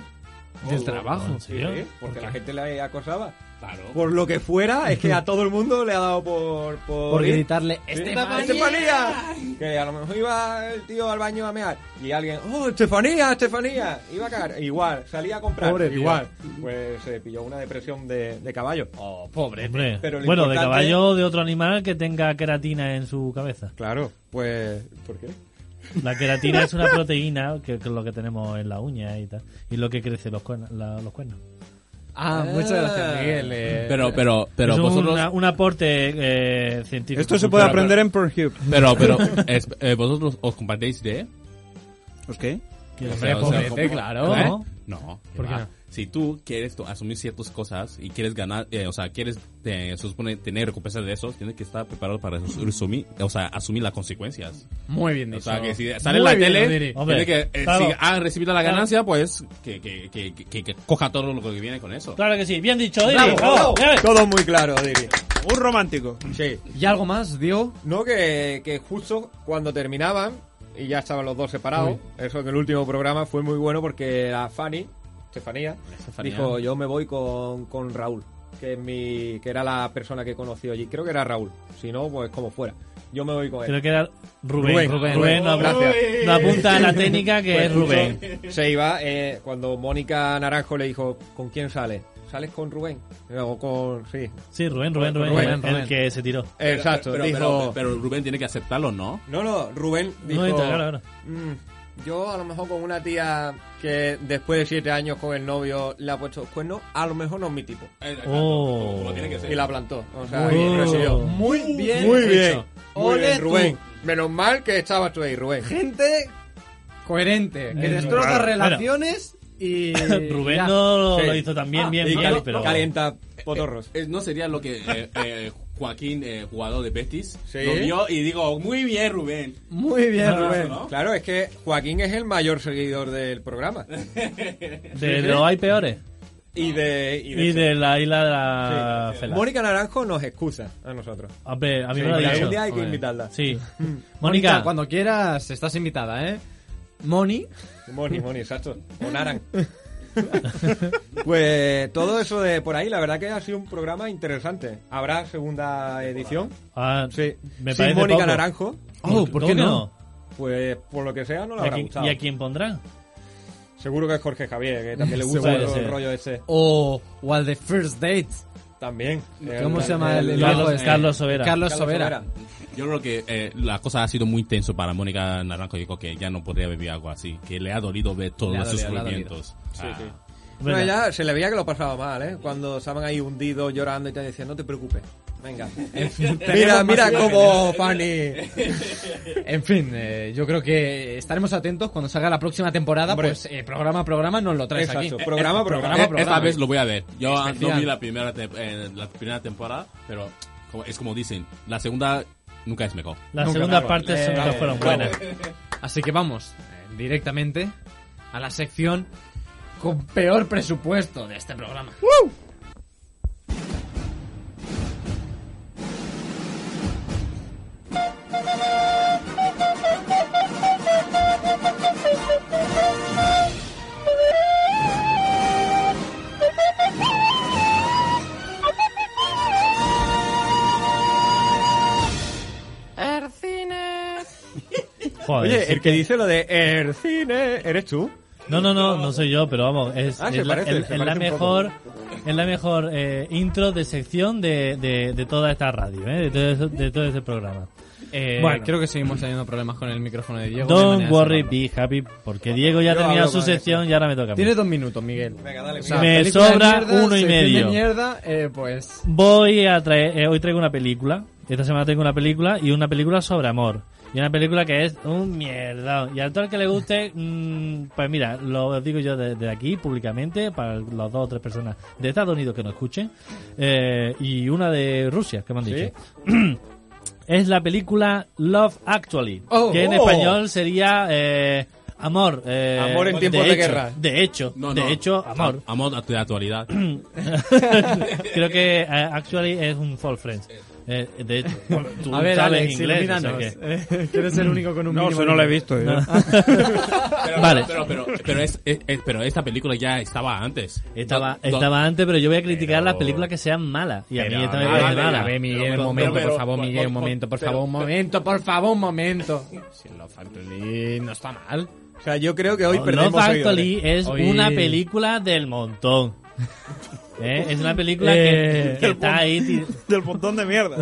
Del trabajo. ¿En serio? Sí, porque la gente le acosaba. Claro. Por lo que fuera, es que a todo el mundo le ha dado por... Por, Por ir. gritarle, "Este Sí. Este Estefanía. ¡Estefanía! Que a lo mejor iba el tío al baño a mear y alguien, ¡Oh, Estefanía, Estefanía! Iba a cagar, igual, salía a comprar, Pobre tío. igual. Pues se pilló una depresión de, de caballo. Pobre. Hombre. Pero lo bueno, de importante- caballo o de otro animal que tenga queratina en su cabeza. Claro, pues. ¿Por qué? La queratina es una proteína que, que es lo que tenemos en la uña y tal. Y lo que crece los cuernos. la- los cuernos. Ah, muchas gracias, Miguel. eh. Pero, pero, pero es un- vosotros... una- un aporte eh, científico. Esto se puede cultural. aprender en Pornhub. Pero, pero, es- eh, vosotros os compartéis de... ¿Os qué? Que- O sea, o sea, pobrete, ¿cómo? claro. ¿Eh? No. ¿Por qué va. no? Si tú quieres to- asumir ciertas cosas y quieres ganar, eh, o sea, quieres eh, se supone, tener recompensa de eso, tienes que estar preparado para eso- asumir, o sea, asumir las consecuencias. Muy bien O dicho. sea, que si sale en Muy la bien, tele, lo diré. tiene Hombre, que, eh, claro. si ha recibido la ganancia, pues que, que, que, que- que- que coja todo lo que viene con eso. Claro que sí, bien dicho, Didi. Bravo, Bravo, bien. Todo muy claro, Diri. Un romántico. Sí. ¿Y algo más, Dio? No, que, que justo cuando terminaban y ya estaban los dos separados, eso en el último programa fue muy bueno porque la Fanny, Estefanía, Estefanía. dijo: Yo me voy con, con Raúl, que, es mi, que era la persona que conoció allí. Creo que era Raúl, si no, pues como fuera. Yo me voy con él. Creo que era Rubén. Rubén, Rubén, Rubén. no, apunta, Gracias. no apunta a la técnica que Pues es Rubén. justo Se iba eh, cuando Mónica Naranjo le dijo, ¿con quién sales? ¿Sales con Rubén? O con... Sí. Sí, Rubén, Rubén, Rubén, Rubén, el- Rubén. el que se tiró. Pero- Exacto. pero, dijo... pero- pero Rubén tiene que aceptarlo, ¿no? no, no, Rubén dijo... entra, claro, claro. "Mm, Yo a lo mejor con una tía que después de siete años con el novio le ha puesto los cuernos, a lo mejor no es mi tipo. Eh, Oh. como- como tiene que ser. Y la plantó. O sea, Muy y bien. recibió. Muy bien. Muy hecho. bien. Muy Ole bien, tú. Rubén. Menos mal que estabas tú ahí, Rubén. Gente coherente, que Eh, destroza claro. relaciones y. Rubén ya. no lo, Sí. lo hizo también Ah, bien, Y Fali, cali- pero calienta potorros. Eh, no sería lo que eh, eh, Joaquín, eh, jugador de Betis, Sí. lo vio y digo, muy bien, Rubén. Muy bien, No, no, Rubén. no. Claro, es que Joaquín es el mayor seguidor del programa. de los hay peores. Y de... y de- Y de la isla de la Sí. Fela. Mónica Naranjo nos excusa a nosotros. A ver, a mí Sí, me lo ha porque dicho. algún día hay Mm. que Hombre. invitarla. Sí. Mónica, Mónica, cuando quieras, estás invitada, ¿eh? Moni. Moni, Moni, exacto. O Naran. *laughs* pues todo eso de por ahí, la verdad que ha sido un programa interesante. Habrá segunda edición. ah, Sí. me Sin parece Mónica poco. Naranjo, Oh, ¿por qué que no? pues por lo que sea no le ¿Y, a habrá quién, gustado. y a quién pondrán? Seguro que es Jorge Javier, que también le gusta Seguro, el sí. rollo ese. O, o al de First Date. También. ¿Cómo se llama el, el Carlos- hijo de- Carlos Sobera. Carlos Carlos Sobera. Sobera. Yo creo que eh, la cosa ha sido muy tenso para Mónica Naranjo. Dijo que ya no podría vivir algo así, que le ha dolido ver todos Le ha los dolido, le ha sufrimientos. Ah, No, Venga. ya se le veía que lo pasaba mal, ¿eh? Cuando estaban ahí hundidos llorando y te decían, no te preocupes. Venga. mira, mira cómo Fanny. En fin, eh, yo creo que estaremos atentos cuando salga la próxima temporada. Hombre. Pues eh, programa a programa nos lo traes Exacto, aquí. programa a programa. Eh, programa. Esta vez lo voy a ver. Yo ah, no Especial. vi la primera, te- eh, la primera temporada, pero como- es como dicen, la segunda nunca es mejor. Las Nunca, segundas claro. partes Eh, son- no fueron claro. *laughs* buenas. Así que vamos eh, directamente a la sección con peor presupuesto de este programa. Joder, Oye, sí. el que dice lo de el cine, ¿eres tú? No, no, no, no soy yo, pero vamos, es, Ah, se es la, parece, es- se es la parece un mejor, es la mejor eh, intro de sección de, de, de toda esta radio, eh, de, todo, eso- de todo este programa. Eh, Bueno. creo que seguimos teniendo problemas con el micrófono de Diego. de Don't manera worry, separada. be happy, porque Diego ya Yo tenía hablo su con él, sección y ahora me toca a mí. Tiene dos minutos, Miguel. Venga, dale, O sea, Me película de sobra mierda, uno y sección medio. De mierda, eh, pues. Voy a traer, eh, hoy traigo una película, esta semana traigo una película y una película sobre amor. Y una película que es un mierda. Y al todo el que le guste, *laughs* mm, pues mira, lo digo yo desde aquí públicamente para las dos o tres personas de Estados Unidos que nos escuchen eh, y una de Rusia que me han dicho. *clears throat* es la película Love Actually, Oh, que en oh. español sería eh, Amor. eh, Amor en tiempos de hecho, guerra. De hecho, No, de no. hecho, amor. Amor a tu de actualidad. Creo que eh, actually es un fall friends. Eh, *laughs* de hecho, bueno, tú A ver, sabes Alex, inglés, o sea ilumínanos. que- *laughs* Eh, que eres el único con un No, mínimo eso no de- lo he visto. yo. *clears throat* Pero- Vale. Pero, pero, pero es, es- es- pero esta película ya estaba antes. Estaba, Do- do- estaba antes, pero yo voy a criticar Pero- las películas que sean malas. Y a mí Pero, esta me a ver, parece a ver, mala. a ver, Miguel, Pero- un momento, pero- por favor, pero- Miguel, un pero- momento, por pero- favor, un momento, por favor, un momento. Si el Love Actually no está mal. O sea, yo creo que hoy Love perdemos Actually seguidores. es Hoy- una película del *laughs* montón. ¿Eh? Es una película Eh, que, que está ahí. ti- *laughs* Del montón de mierda.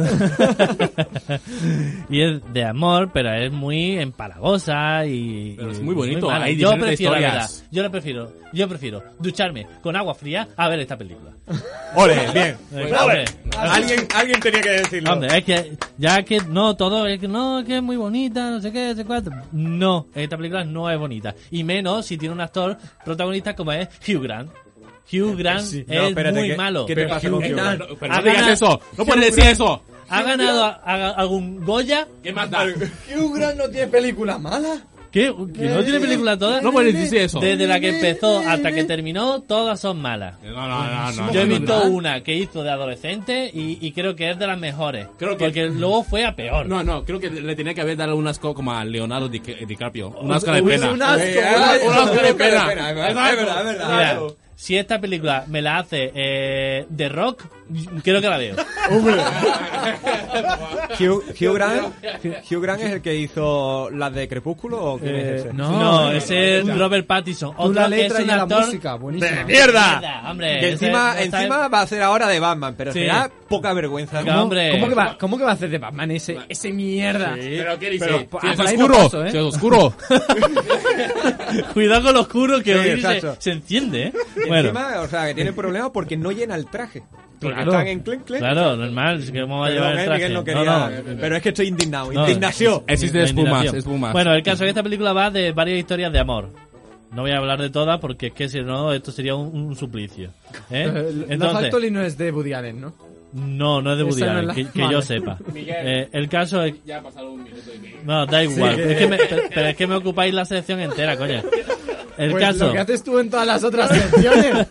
Y es de amor, pero es muy empalagosa y... Pero es y muy bonito, mala. hay yo diferentes prefiero, la historias. verdad, yo la prefiero, yo prefiero ducharme con agua fría a ver esta película. Pues Ole, bien. Venga, hombre. Alguien, alguien tenía que decirlo. Hombre, es que ya que no todo es que no es que es muy bonita no sé qué no sé cuánto no esta película no es bonita y menos si tiene un actor protagonista como es Hugh Grant Hugh Grant Sí. No, es espérate, muy ¿qué- malo qué te pasa con Hugh Grant? Pero no Ha digas ganado- eso. No puedes decir eso. ha ganado a- a- algún Goya ¿Qué más da? Hugh Grant no tiene película mala. ¿Qué? ¿Que no tiene película toda? No puedes decir eso. Desde la que empezó hasta que terminó, todas son malas. No, no, no, no. Yo he no, no, visto una que hizo de adolescente y, y creo que es de las mejores. Creo que- Porque luego fue a peor. No, no, creo que le tenía que haber dado un asco como a Leonardo Di- DiCaprio. Un O- asco de o- pena. un asco. Eh, eh, una- una eh, cara de cara de pena. pena, Es verdad, es verdad, es verdad. Mira, si esta película me la hace eh, The Rock, creo que la veo. Hugh, Hugh Grant, Hugh Grant es el que hizo las de Crepúsculo o quién es Eh, ese? no, no, ese es Robert Pattinson. Otro la que es letra un y a la actor música, buenísima. ¡Mierda! Mierda, hombre, que ese encima, no está- encima va a hacer ahora de Batman, pero Sí. será poca vergüenza. Claro. Hombre. ¿Cómo que, va, ¿Cómo que va a hacer de Batman ese, ese mierda? Eh, Pero ¿qué dice? Pero, si es por ahí no oscuro, paso, ¿eh? si es *laughs* oscuro. *laughs* Cuidado con lo oscuro que Sí, hoy se, exacto. se enciende, ¿eh? Y Bueno, Encima, o sea, que tiene problemas porque no llena el traje. Porque Claro. están en Clank Clank. claro, normal, es que cómo va a Perdón, llevar el eh, traje. Miguel no No, quería, no, Pero es que estoy indignado. No, Indignación. Existe La espumas, indignación. espumas. Bueno, el caso es que esta película va de varias historias de amor. No voy a hablar de todas porque es que si no, esto sería un, un suplicio. *laughs* ¿eh? no Entonces, Factory no es de Woody Allen, ¿no? no, no es de Woody Esa no Allen, es la- que, que Vale. *laughs* yo sepa. Eh, el caso es... Ya ha pasado un minuto y medio. No, da igual. Es que me- pero, pero es que me ocupáis la sección entera, coño. El Pues caso... lo que haces tú en todas las otras *laughs* secciones.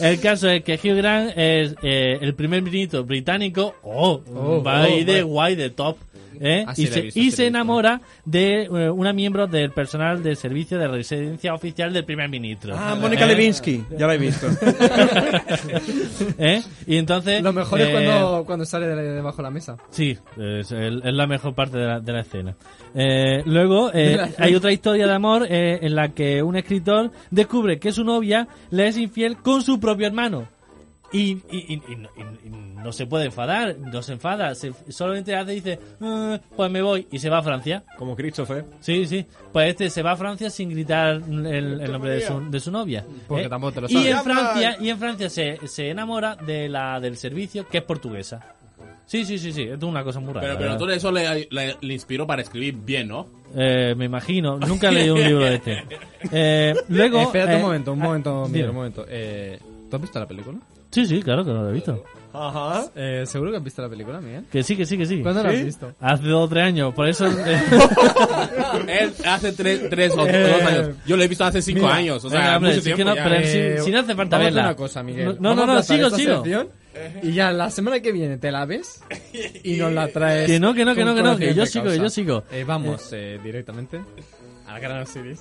El caso es que Hugh Grant es eh, el primer ministro británico. Oh, va ahí de guay, de top. ¿eh? Ah, sí, Y, la he se, visto, y sí, se la he visto. enamora de eh, una miembro del personal del servicio de residencia oficial del primer ministro. Ah, Mónica ¿Eh? Levinsky. Ya la he visto. ¿Eh? Y entonces. Lo mejor es eh, cuando, cuando sale de debajo de la mesa. Sí, es, el- es la mejor parte de la, de la escena. Eh, luego eh, hay otra historia de amor eh, en la que un escritor descubre que su novia le es infiel con su propio hermano. Y, y- y- y no- y- y no se puede enfadar, no se enfada, se, solamente hace y dice, "Ah, pues me voy y se va a Francia. Como Christopher. Sí, sí. Pues este se va a Francia sin gritar el, el nombre de su, de su novia. ¿eh? Porque tampoco te lo Y sabes. en Francia, y en Francia se, se enamora de la del servicio, que es portuguesa. Sí, sí, sí, sí. Esto es una cosa muy rara. Pero, ¿verdad? pero todo eso le, le- le inspiró para escribir bien, ¿no? *laughs* Eh, me imagino. Nunca he leído un libro de este. *laughs* Eh, luego... Espérate eh, un momento, un momento, ah, Miguel, dime. un momento. Eh, ¿Tú has visto la película? Sí, sí, claro que no lo he visto. Ajá. Eh, ¿Seguro que has visto la película, Miguel? Que sí, que sí, que sí. ¿Cuándo la has visto? Hace dos o tres años. Por eso... eh, Él hace tres, tres o Eh, dos años. Yo lo he visto hace cinco mira, años. O sea, venga, hombre, mucho sí que tiempo no, ya. pero Eh, si, si no hace falta vamos a hacer verla. una cosa, Miguel. No, no, Vamos a no, aplazar sigo, esta sigo. sección Y ya la semana que viene te la ves y nos la traes. Que no, que no, que no, que no, que yo con sigo, conocimiento que de yo sigo. causa. Eh, vamos eh, directamente a la gran series.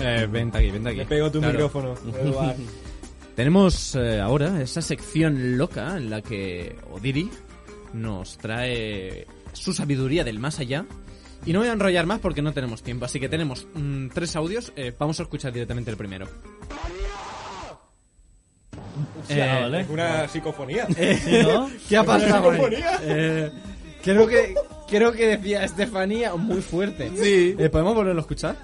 Eh, vente aquí, vente aquí. Le pego tu *laughs* micrófono. Eduardo. Tenemos eh, ahora esa sección loca en la que Odiri nos trae su sabiduría del más allá. Y no voy a enrollar más porque no tenemos tiempo, así que tenemos mm, tres audios. eh, vamos a escuchar directamente el primero. Hostia, vale. Es una psicofonía. Sí, ¿no? Eh, *laughs* ¿Qué ha pasado? ahí? psicofonía. Eh, creo que creo que decía Estefanía muy fuerte. Sí. ¿Podemos volverlo a escuchar?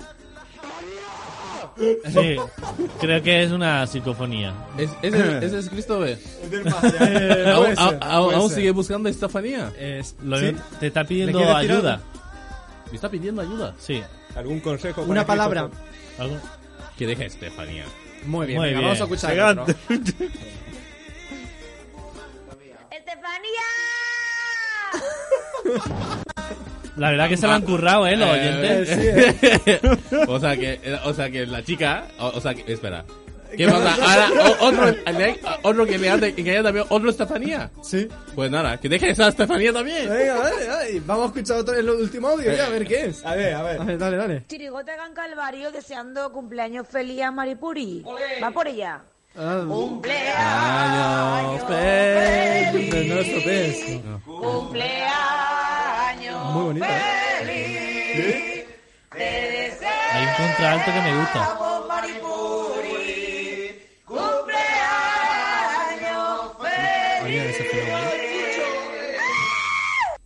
Sí, creo que es una psicofonía. ¿Es, ese, ese es Christopher. Es del más allá. Eh, ¿Aún, puede a- ser, a- puede aún ser. sigue buscando a Estefanía? Es- Lo- sí, Te está pidiendo ¿Le quieres tirar? ayuda. ¿Me está pidiendo ayuda? Sí. ¿Algún consejo? para Una palabra. Christopher? Algo- Que deje a Estefanía. Muy bien, Muy venga, bien. vamos a escuchar. el otro. ¡Estefanía! La verdad que se lo Ah, han currado, ¿eh? Los oyentes. eh. *laughs* o sea que, eh, o sea que la chica, o, o sea que, espera. ¿Qué pasa? Ahora, o- otro, le- otro que le anda engañando también, otro Estefanía. Sí. Pues nada, que deje a Estefanía también. Venga, vale, vale. Vamos a escuchar otro el último audio, ya, a ver qué es. A ver, a ver. A ver, dale, dale. Chirigota Can Calvario deseando cumpleaños feliz a Maripuri. Va por ella. Cumpleaños feliz. No lo estropees. Cumpleaños Muy bonito, feliz. Te Hay un contralto que me gusta. deseamos Maripuri. Cumpleaños feliz.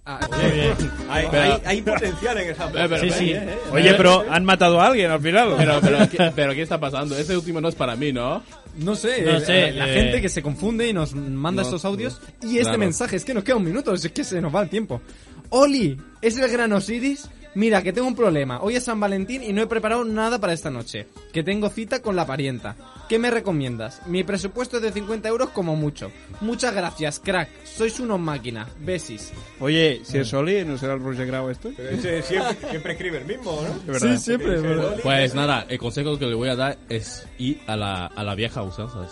Hay, Eh, hay, hay potencial en esa Eh, pero- Sí, sí. Oye, pero han matado a alguien al final. Pero, pero, ¿qué, pero ¿qué está pasando? Ese último no es para mí, ¿no? No sé, No eh, sé, la eh, gente que se confunde y nos manda estos audios y este Claro. mensaje, es que nos queda un minuto, es que se nos va el tiempo. Oli, ¿es el gran Osiris? mira, que tengo un problema. Hoy es San Valentín y no he preparado nada para esta noche. Que tengo cita con la parienta. ¿Qué me recomiendas? Mi presupuesto es de 50 euros como mucho. Muchas gracias, crack. Sois unos máquinas. Besis. *laughs* Oye, si es Oli, ¿no será el Roger Grau esto? Pero ese siempre, siempre escribe el mismo, ¿no? verdad. siempre, Ese Oli, Pues nada, el consejo que le voy a dar es ir a la, a la vieja usanza. es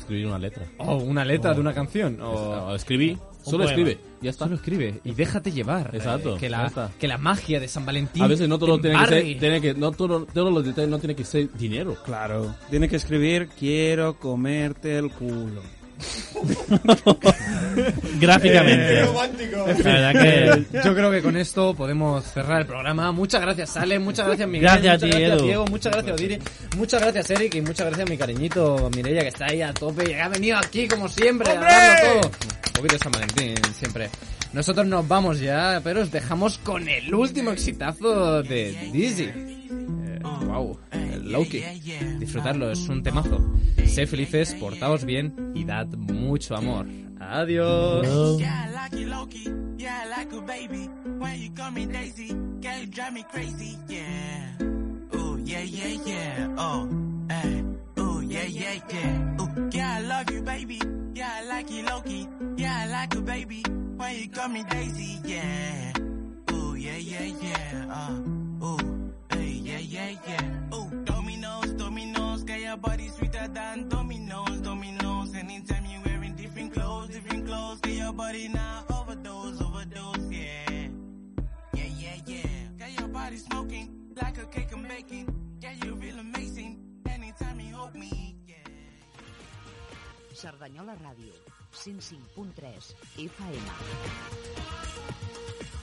Escribir una letra. Oh, una letra de una canción. O O... escribí, solo poema. escribe, ya está. Solo escribe y déjate llevar. eh, Exacto, que, ya la, está. que la magia de San Valentín. A veces no todo te lo tiene que embargue. ser, tiene que, no todo, todos los detalles no tiene que ser dinero. Claro. Tiene que escribir, quiero comerte el culo. Gráficamente. Eh, romántico. La verdad *laughs* que. *laughs* Yo creo que con esto podemos cerrar el programa. Muchas gracias, Ale. *laughs* Muchas gracias, Miguel. Gracias a muchas ti, gracias, Edu. Diego. Muchas gracias, Odiri. Muchas gracias, Eric. Y muchas gracias a mi cariñito, Mireia, que está ahí a tope y que ha venido aquí, como siempre, a darlo todo. Un poquito de San Valentín, siempre. Nosotros nos vamos ya, pero os dejamos con el último exitazo de Dizzy. Eh, wow, el Loki. Disfrutarlo, es un temazo. Sé felices, portaos bien y dad mucho amor. Adiós. Yeah, I like you, Loki. Yeah, I like you, baby. When you call me Daisy, girl, you drive me crazy. Yeah. Oh, yeah, yeah, yeah. Oh, eh. Oh, yeah, yeah, yeah. Oh, yeah, I love you, baby. Yeah, I like you, Loki. Yeah, I like you, baby. When you call me Daisy. Yeah. Oh, yeah, yeah, yeah. Uh, oh, hey, yeah, yeah, yeah. Oh, dominoes, dominoes. Get your body sweeter than dominoes, dominoes. Anytime you wearing different clothes, different clothes. Get your body now overdose, overdose, yeah. Yeah, yeah, yeah. Got your body smoking like a cake I'm baking. Yeah, you feel amazing anytime you hold me, yeah. Cerdanyola Ràdio, 105.3 FM.